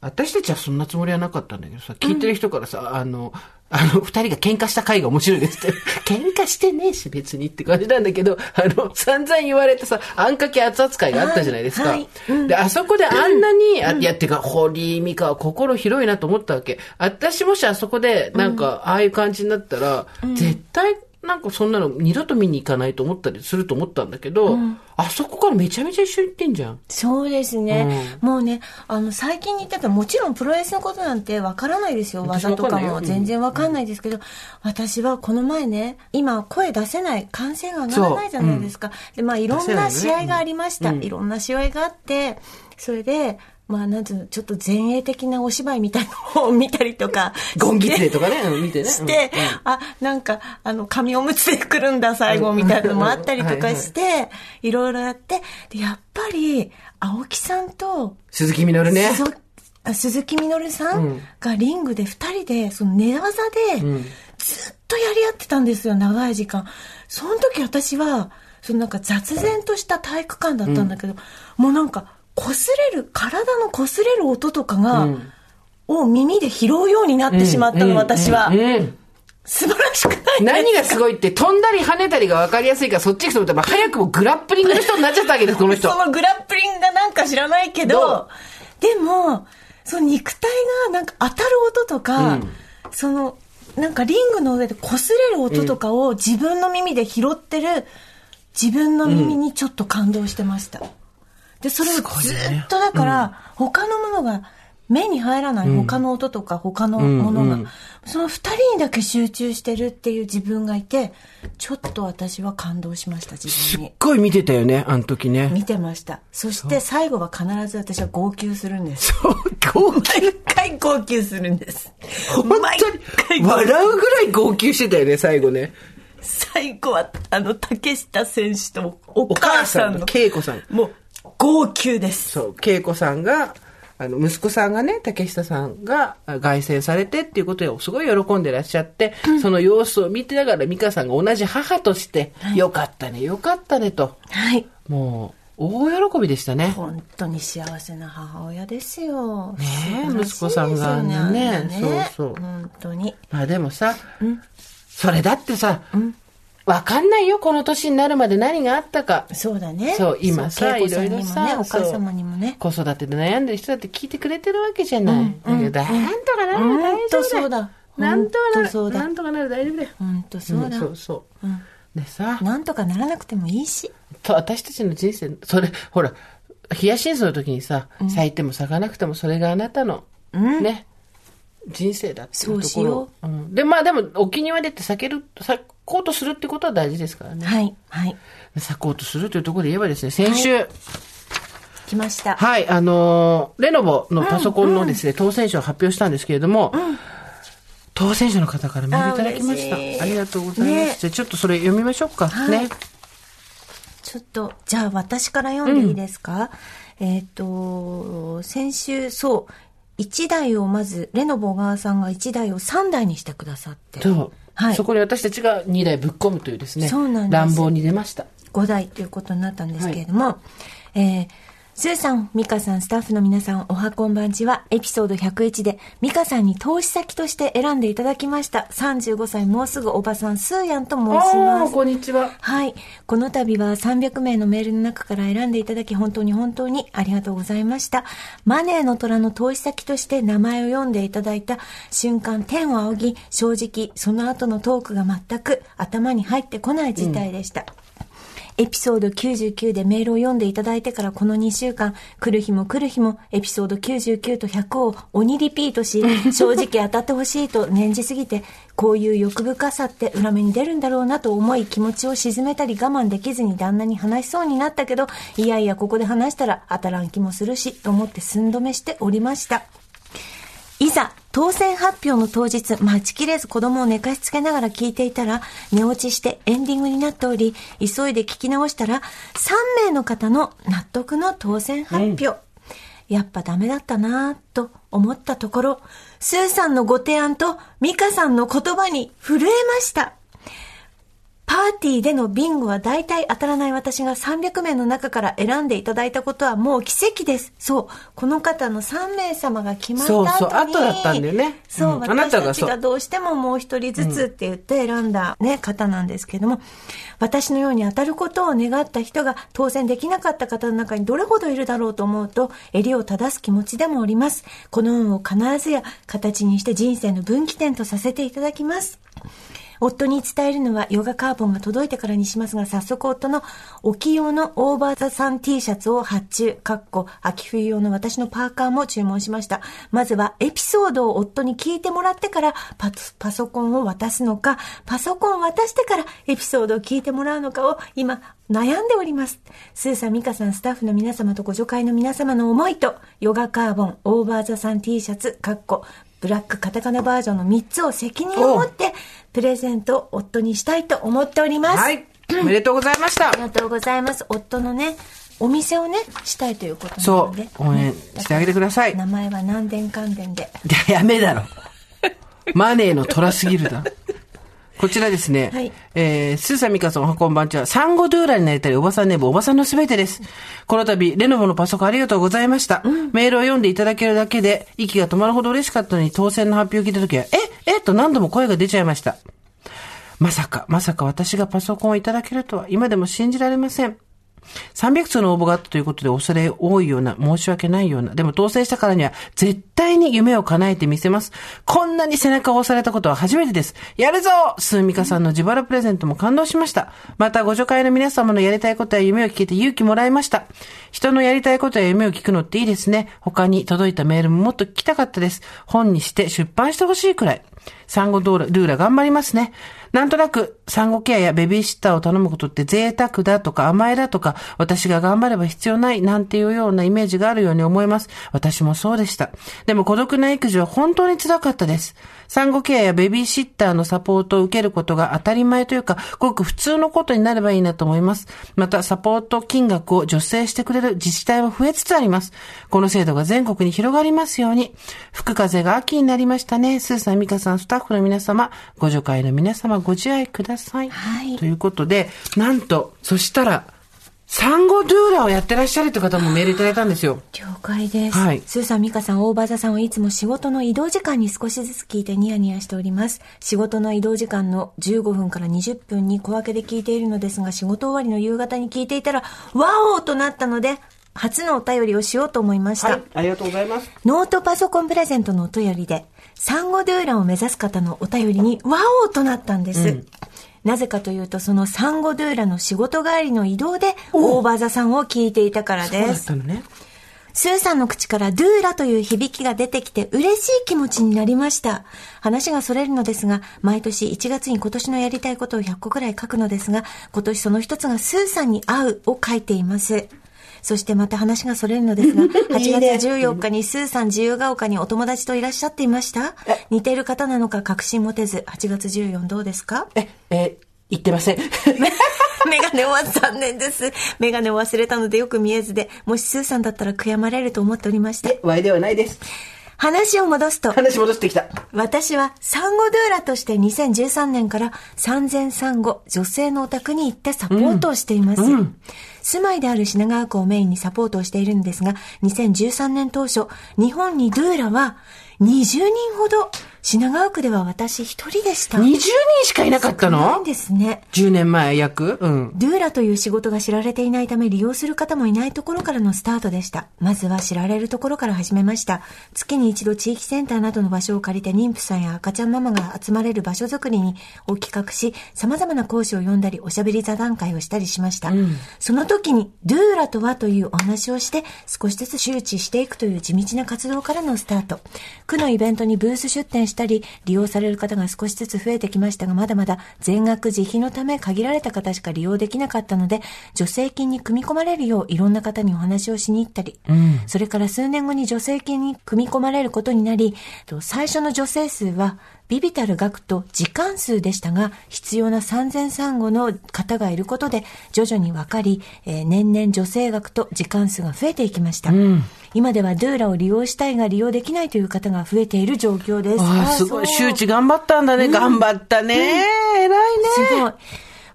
S2: 私たちはそんなつもりはなかったんだけどさ、聞いてる人からさ、あの、あの、二人が喧嘩した回が面白いです って。喧嘩してねえし、別にって感じなんだけど、あの、散々言われてさ、あんかけ熱々会があったじゃないですか。
S3: はい
S2: で、あそこであんなに、あいや、てか、堀井美香は心広いなと思ったわけ。私もしあそこで、なんか、ああいう感じになったら、絶対、なんかそんなの二度と見に行かないと思ったりすると思ったんだけど、あそこからめちゃめちゃ一緒に行ってんじ ゃん。
S3: そうですね、もうね、あの、最近に至ってはもちろんプロレスのことなんてわからないですよ。
S2: 私
S3: 技とか
S2: わかんないよ
S3: も
S2: うん
S3: 全然わかんないですけど、私はこの前ね、今声出せない、歓声が上がらないじゃないですか。で、まあいろんな
S2: 出せ
S3: 試
S2: ないね
S3: 合がありました。いろんな試合があって、それで、まあなんつうの、ちょっと前衛的なお芝居みたいなのを見たりとかして。
S2: ゴンギツネとかね、うん見てね。
S3: し
S2: うん
S3: て、あ、なんか、あの、紙おむつでくるんだ、最後、みたいなのもあったりとかして、いろいろやって、で、やっぱり、青木さんと、
S2: 鈴木みのるね。
S3: そあ鈴木みのるさんがリングで二人で、その寝技で、ずっとやり合ってたんですよ、長い時間。その時私は、そのなんか雑然とした体育館だったんだけど、もうなんか、擦れる、体の擦れる音とかが、を耳で拾うようになってしまったの、
S2: うん
S3: 私は。
S2: うん。
S3: 素晴らしくない
S2: 何がすごいって、飛んだり跳ねたりが分かりやすいから、そっち行くと思ったら、早くもグラップリングの人になっちゃったわけです、この人。
S3: そのグラップリングがなんか知らないけど
S2: ど
S3: でもその肉体がなんか当たる音とか、そのなんかリングの上で擦れる音とかを自分の耳で拾ってる自分の耳にちょっと感動してました、でそれをず
S2: ごいよね
S3: っとだから、他のものが目に入らない他の音とか他のものが、
S2: うんうん
S3: その二人にだけ集中してるっていう自分がいてちょっと私は感動しました自
S2: す
S3: 分に
S2: っごい見てたよね、あの時ね。
S3: 見てましたそして最後は必ず私は号泣するんです
S2: そう、号 泣。
S3: 毎回号泣するんです
S2: 本当に、
S3: 毎回
S2: 笑うぐらい号泣してたよね、最後ね。
S3: 最後は、あの、竹下選手とお
S2: お母
S3: 母さ
S2: さ
S3: ん
S2: ん
S3: の
S2: の、恵子さん。
S3: もう、号泣です。
S2: そう、恵子さんが、あの、息子さんがね、竹下さんがあ凱旋されてっていうことですごい喜んでらっしゃって、その様子を見てながら美香さんが同じ母として、よかったね、よかったねと、
S3: はい。
S2: もう、大喜びでしたね。
S3: 本当に幸せな母親ですよ。ね
S2: え息子さんがねそうそう
S3: 本当に。
S2: まあでもさ、それだってさ、わかんないよ、この年になるまで何があったか。
S3: そうだね。
S2: そう今さ
S3: そう恵子さんにも
S2: いろいろ
S3: ね、
S2: さ
S3: お母様にもね。
S2: 子育てで悩んでる人だって聞いてくれてるわけじゃない。だけど、なんとかなるよ、
S3: ほん
S2: 大
S3: と
S2: 丈
S3: そう
S2: 夫だよ
S3: だ。
S2: なんとか
S3: ほ
S2: なん
S3: とそう
S2: る、な
S3: だ。
S2: んとかなる、大丈夫だよ。
S3: 本当そうだ
S2: ん。そうそう。
S3: うん
S2: でさ、
S3: なんとかならなくてもいいし。
S2: と私たちの人生、それ、ほら、ヒヤシンスの時にさ、咲いても咲かなくてもそれがあなたの、
S3: うん
S2: ね、人生だっていうところ
S3: そうしよ
S2: う、ん。で、まあでも、お気には出て咲ける、咲こうとするってことは大事ですからね。
S3: はい。はい。
S2: 咲こうとするというところで言えばですね、先週、はい、
S3: 来ました。
S2: あのーレノボのパソコンのですね、当選者を発表したんですけれども、当選者の方からメールいただきました。
S3: あ嬉しい
S2: ありがとうございます。
S3: ね
S2: じゃあちょっとそれ読みましょうか。
S3: はい
S2: ね。
S3: ちょっと、じゃあ私から読んでいいですか、えっ、と、先週、そう、1台をまず、レノボ小川さんが1台を3台にしてくださって、
S2: そう。
S3: はい
S2: そこに私たちが2台ぶっ込むというですね、
S3: そうなんです
S2: 乱暴に出ました。
S3: 5台ということになったんですけれども、えースーさん、ミカさん、スタッフの皆さん、おはこんばんちは、エピソード101で、ミカさんに投資先として選んでいただきました、35歳、もうすぐおばさん、スーヤンと申しま
S2: あ
S3: す
S2: ー。こんにちは。
S3: はい。この度は300名のメールの中から選んでいただき、本当に本当にありがとうございました。マネーの虎の投資先として名前を読んでいただいた瞬間、天を仰ぎ、正直、その後のトークが全く頭に入ってこない事態でした。エピソード99でメールを読んでいただいてからこの2週間、来る日も来る日もエピソード99と100を鬼リピートし、正直当たってほしいと念じすぎて、こういう欲深さって裏目に出るんだろうなと思い気持ちを沈めたり我慢できずに旦那に話しそうになったけど、いやいやここで話したら当たらん気もするし、と思って寸止めしておりました。いざ、当選発表の当日、待ちきれず子供を寝かしつけながら聞いていたら、寝落ちしてエンディングになっており、急いで聞き直したら、3名の方の納得の当選発表。やっぱダメだったなぁと思ったところ、スーさんのご提案とミカさんの言葉に震えました。パーティーでのビンゴは大体当たらない私が300名の中から選んでいただいたことはもう奇跡です。そう。この方の3名様が決まった後に。
S2: そうそう後だったんだよね
S3: そう、
S2: うんあな
S3: 私
S2: た
S3: た
S2: が
S3: ち
S2: そう
S3: がどうしてももう一人ずつって言って選んだね、方なんですけども、私のように当たることを願った人が当選できなかった方の中にどれほどいるだろうと思うと、襟を正す気持ちでもおります。この運を必ずや形にして人生の分岐点とさせていただきます。夫に伝えるのはヨガカーボンが届いてからにしますが、早速夫の沖用のオーバーザサン T シャツを発注、かっこ秋冬用の私のパーカーも注文しました。まずはエピソードを夫に聞いてもらってからパスパソコンを渡すのか、パソコンを渡してからエピソードを聞いてもらうのかを今悩んでおります。スーさん、ミカさん、スタッフの皆様とご助会の皆様の思いと、ヨガカーボン、オーバーザサン T シャツ、かっこブラックカタカナバージョンの3つを責任を持ってプレゼントを夫にしたいと思っております。
S2: はい。おめでとうございました
S3: あ。りがとうございます。夫のね、お店をね、したいということな
S2: そ
S3: ので。
S2: う。応援してあげてください。い
S3: 名前は何伝関伝で。
S2: や、やめだろ。マネーの虎すぎるだろ。こちらですね。
S3: はい
S2: えー、スーサミカさんおはこんばんちは。産後ドゥーラになりたいおばさんネブ、おばさんのすべてです。この度、レノボのパソコンありがとうございました。メールを読んでいただけるだけで、息が止まるほど嬉しかったのに、当選の発表を聞いたときは、ええと何度も声が出ちゃいました。まさか、まさか私がパソコンをいただけるとは、今でも信じられません。300通の応募があったということで恐れ多いような、申し訳ないような、でも当選したからには絶対に夢を叶えてみせます。こんなに背中を押されたことは初めてです。やるぞスーミカさんの自腹プレゼントも感動しました。またご助会の皆様のやりたいことや夢を聞けて勇気もらいました。人のやりたいことや夢を聞くのっていいですね。他に届いたメールももっと聞きたかったです。本にして出版してほしいくらい。産後ドーラルーラ頑張りますね。なんとなく、産後ケアやベビーシッターを頼むことって贅沢だとか甘えだとか、私が頑張れば必要ないなんていうようなイメージがあるように思います。私もそうでした。でも孤独な育児は本当に辛かったです。産後ケアやベビーシッターのサポートを受けることが当たり前というか、ごく普通のことになればいいなと思います。また、サポート金額を助成してくれる自治体も増えつつあります。この制度が全国に広がりますように。吹く風が秋になりましたね。スーさん、ミカさん、スタッフの皆様、ご助会の皆様、ご自愛ください。
S3: はい
S2: ということで、なんと、そしたら、産後ドゥーラをやってらっしゃるって方もメールいただいたんですよ。
S3: 了解です。
S2: はい
S3: スーさん、ミカさん、大場座さんはいつも仕事の移動時間に少しずつ聞いてニヤニヤしております。仕事の移動時間の15分から20分に小分けで聞いているのですが、仕事終わりの夕方に聞いていたら、ワオーとなったので、初のお便りをしようと思いました。
S2: はい、ありがとうございます。
S3: ノートパソコンプレゼントのお便りで、産後ドゥーラを目指す方のお便りに、ワオーとなったんです。なぜかというと、その産後ドゥーラの仕事帰りの移動で、オーバーザさんを聞いていたから
S2: そう
S3: で
S2: だっ
S3: す。
S2: たのね。
S3: スーさんの口からドゥーラという響きが出てきて嬉しい気持ちになりました。話がそれるのですが、毎年1月に今年のやりたいことを100個くらい書くのですが、今年その一つがスーさんに会うを書いています。そしてまた話がそれるのですが、8月14日にスーさん自由が丘にお友達といらっしゃっていました似ている方なのか確信持てず、8月14どうですか
S2: え、えー、言ってません。
S3: メガネは残念です。メガネを忘れたのでよく見えずで、もしスーさんだったら悔やまれると思っておりました。
S2: わいではないです。
S3: 話を戻すと、
S2: 話戻してきた。
S3: 私は産後ドゥーラとして2013年から産前産後女性のお宅に行ってサポートをしています。住まいである品川区をメインにサポートをしているんですが、2013年当初、日本にドゥーラは20人ほど、品川区では私一人でした。
S2: 20人しかいなかった
S3: ないん
S2: の
S3: ですね。
S2: ?10 年前約うん。
S3: ドゥーラという仕事が知られていないため利用する方もいないところからのスタートでした。まずは知られるところから始めました。月に一度地域センターなどの場所を借りて妊婦さんや赤ちゃんママが集まれる場所づくりにを企画し、様々な講師を呼んだりおしゃべり座談会をしたりしました。その時にドゥーラとはというお話をして少しずつ周知していくという地道な活動からのスタート。区のイベントにブース出展したり、利用される方が少しずつ増えてきましたが、まだまだ全額自費のため限られた方しか利用できなかったので、助成金に組み込まれるよういろんな方にお話をしに行ったり、それから数年後に助成金に組み込まれることになり、と最初の助成数はビビたる額と時間数でしたが、必要な産前産後の方がいることで、徐々に分かり、えー年々女性額と時間数が増えていきました。今ではドゥーラを利用したいが利用できないという方が増えている状況です。
S2: ああ、すごい。周知頑張ったんだね。頑張ったね。偉いね。
S3: すごい。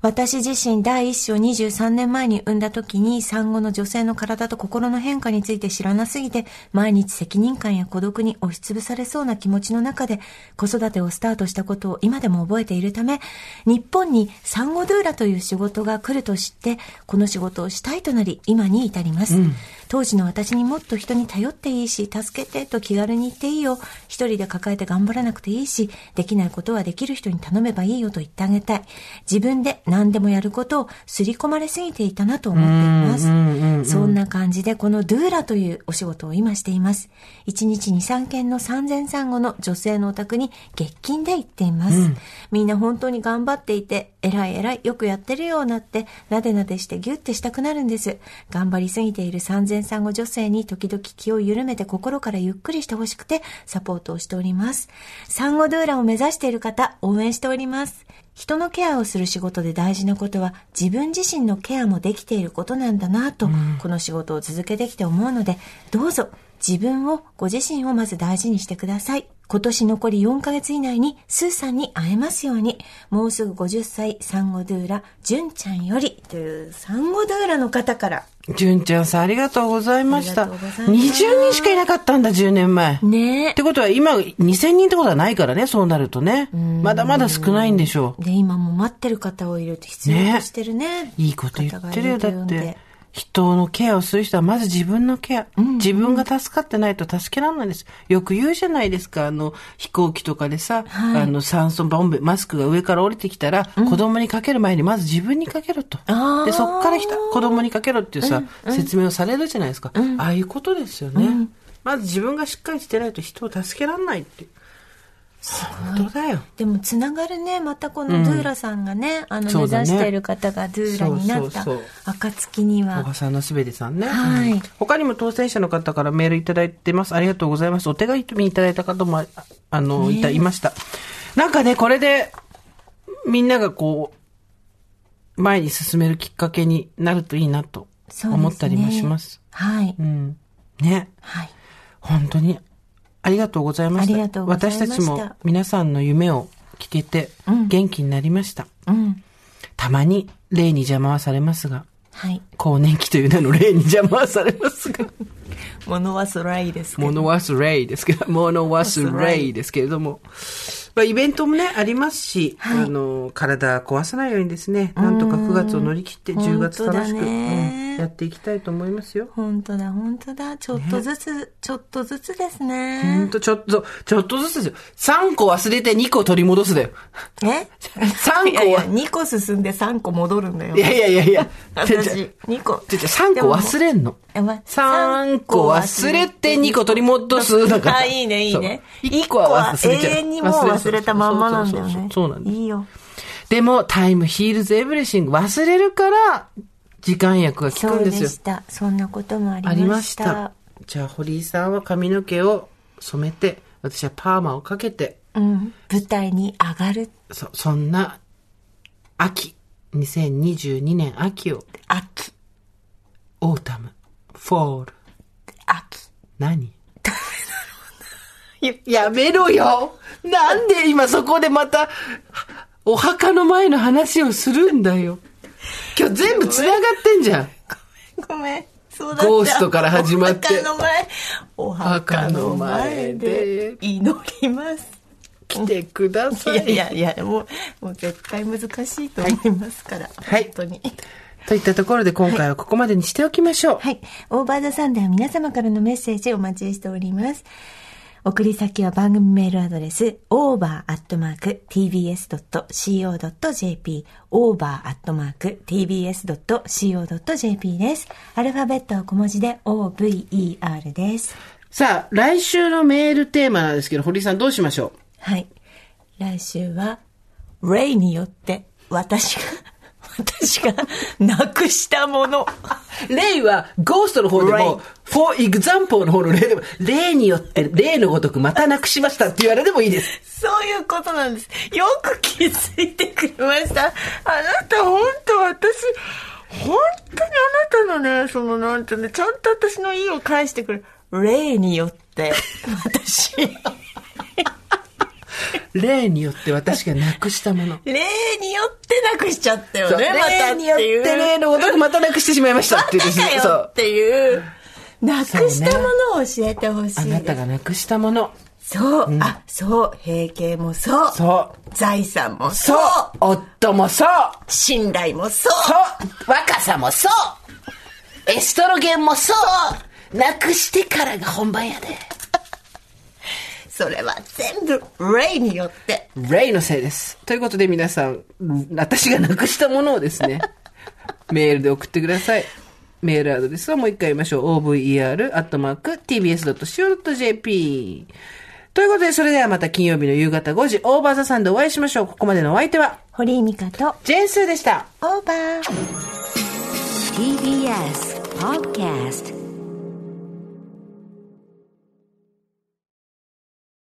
S3: 私自身第一子を23年前に産んだ時に産後の女性の体と心の変化について知らなすぎて毎日責任感や孤独に押しつぶされそうな気持ちの中で子育てをスタートしたことを今でも覚えているため日本に産後ドゥーラという仕事が来ると知ってこの仕事をしたいとなり今に至ります、当時の私にもっと人に頼っていいし助けてと気軽に言っていいよ一人で抱えて頑張らなくていいしできないことはできる人に頼めばいいよと言ってあげたい自分で何でもやることを刷り込まれすぎていたなと思っていますそんな感じでこのドゥーラというお仕事を今しています1日23件の産前産後の女性のお宅に月金で行っています、みんな本当に頑張っていて偉い偉いよくやってるようなってなでなでしてギュッてしたくなるんです頑張りすぎている産前産後女性に時々気を緩めて心からゆっくりしてほしくてサポートをしております産後ドゥーラを目指している方応援しております人のケアをする仕事で大事なことは自分自身のケアもできていることなんだなと、この仕事を続けてきて思うので、どうぞ自分を、ご自身をまず大事にしてください。今年残り4ヶ月以内にスーさんに会えますように、もうすぐ50歳産後ドゥーラ、純ちゃんよりという産後ドゥーラの方から。
S2: 純ちゃんさん、ありがとうございました。
S3: ありがとうござい
S2: 20
S3: ます
S2: 人しかいなかったんだ、10年前。
S3: ね
S2: ってことは今2000人ってことはないからね、そうなるとね。まだまだ少ないんでしょう。
S3: で、今もう待ってる方をいると必要としてるね。
S2: いいこと言ってるよ。だ
S3: 方がいる
S2: っ
S3: というん
S2: て
S3: で。
S2: 人のケアをする人はまず自分のケア。自分が助かってないと助けられないです。よく言うじゃないですか。あの、飛行機とかでさ、
S3: はい
S2: あの、酸素ボンベ、マスクが上から降りてきたら、子供にかける前にまず自分にかけろと。
S3: あー
S2: で、そっからひた子供にかけろっていうさ、説明をされるじゃないですか。ああいうことですよね。まず自分がしっかりしてないと人を助けられないっていう。本当だよ。
S3: でもつながるねまたこのドゥーラさんがね、あの目
S2: そうだね
S3: 指している方がドゥーラになった
S2: そうそう
S3: 暁に
S2: お
S3: は
S2: ばさんのすべてさんね。
S3: はい
S2: うん他にも当選者の方からメールいただいてます。ありがとうございます。お手紙いただいた方も、ああの、いた、いました。なんかね、これで、みんながこう、前に進めるきっかけになるといいなと
S3: そうですね
S2: 思ったりもします。
S3: はい、
S2: うん。ね。
S3: はい
S2: 本当に、ありがとうございました。
S3: ありがとうございました
S2: 私たちも皆さんの夢を聞けて、元気になりました。
S3: うん
S2: たまに、例に邪魔はされますが、
S3: はい
S2: 更年期という名の霊に邪魔はされますが。
S3: 物は空いいですけど
S2: モノワスレイです けど、モノワスレイですけれども。まあ、イベントもね、ありますし、
S3: はい
S2: あの、体壊さないようにですね、なんとか9月を乗り切って10月楽し
S3: 本当
S2: く、
S3: だね
S2: うんやっていきたいと思いますよ。
S3: 本当だ本当だちょっとずつ、ちょっとずつです
S2: ほん
S3: ね
S2: と、ちょっと、ちょっとずつですよ。3個忘れて2個取り戻す だよ。
S3: え
S2: 3
S3: いやい
S2: 個
S3: や
S2: は、
S3: 2個進んで3個戻るんだよ
S2: いやいやいやいや、ちょちょ
S3: 私2個
S2: ちょちょ3個忘れんの。
S3: でも
S2: 3個忘れて2個取り戻す。だから。
S3: あいいねいいね
S2: そう1個は忘れちゃう。
S3: 永遠にもう忘れたまんまなんだよ
S2: そうそうそ
S3: ね
S2: うそうそうなんです。
S3: いいよ
S2: でも、タイムヒールズエブレシング忘れるから、時間薬が効
S3: そ
S2: く
S3: う
S2: ん
S3: で
S2: で
S3: す
S2: よ。
S3: したそんなこともあ
S2: あ
S3: り
S2: り
S3: ま
S2: ま
S3: し
S2: したた。じゃあ、堀井さんは髪の毛を染めて、私はパーマをかけて、
S3: うん、舞台に上がる
S2: そ、そんな、秋、2022年秋を、
S3: 秋
S2: オータム、フォール、
S3: 秋
S2: 何やめろよなんで今そこでまた、お墓の前の話をするんだよ。今日全部繋がってんじゃん。
S3: ごめんそうだった
S2: ゴーストから始まって
S3: お墓の前お墓の前で祈ります
S2: 来てくだ
S3: い
S2: さ
S3: や
S2: い。
S3: いやいやもうもう絶対難しいと思いますから、
S2: はい
S3: 本当に
S2: といったところで今回はここまでにしておきましょう。
S3: はい。オーバーザサンデーは皆様からのメッセージをお待ちしております。送り先は番組メールアドレス、over.tbs.co.jp、over.tbs.co.jp です。アルファベットは小文字で over です。
S2: さあ、来週のメールテーマなんですけど、堀井さんどうしましょう
S3: はい。来週は、レイによって私が、 私がなくしたもの。
S2: 例は、ゴーストの方でも、for example の方の例でも、例によって、例のごとくまたなくしましたって言われてもいいです。
S3: そういうことなんです。よく気づいてくれました。あなた、本当私、本当にあなたのね、その、なんてね、ちゃんと私の意を返してくれる。例によって、私、
S2: 例によって私がなくしたもの。
S3: 例によってなくしちゃったよね、また
S2: 例
S3: って
S2: によって
S3: いう。
S2: 例のごとくまたなくしてしまいましたっていうですね。
S3: また
S2: そ
S3: かよ
S2: う
S3: っ。ていう。なくした
S2: そうね
S3: ものを教えてほしいです
S2: あなたがなくしたもの。
S3: そう、あ、そう、閉経もそう。
S2: そう。
S3: 財産もそ
S2: そうう。夫もそう
S3: 信頼もそう。
S2: そう若さもそうエストロゲンもそうなくしてからが本番やで。
S3: それは全部、例によって。
S2: レイのせいです。ということで皆さん、私がなくしたものをですね、メールで送ってください。メールアドレスはもう一回言いましょう。over.tbs.co.jp。ということで、それではまた金曜日の夕方5時、オーバーザさんでお会いしましょう。ここまでのお相手は、
S3: 堀井美香と、
S2: ジェーンスーでした。
S3: オーバー。
S1: TBS Podcast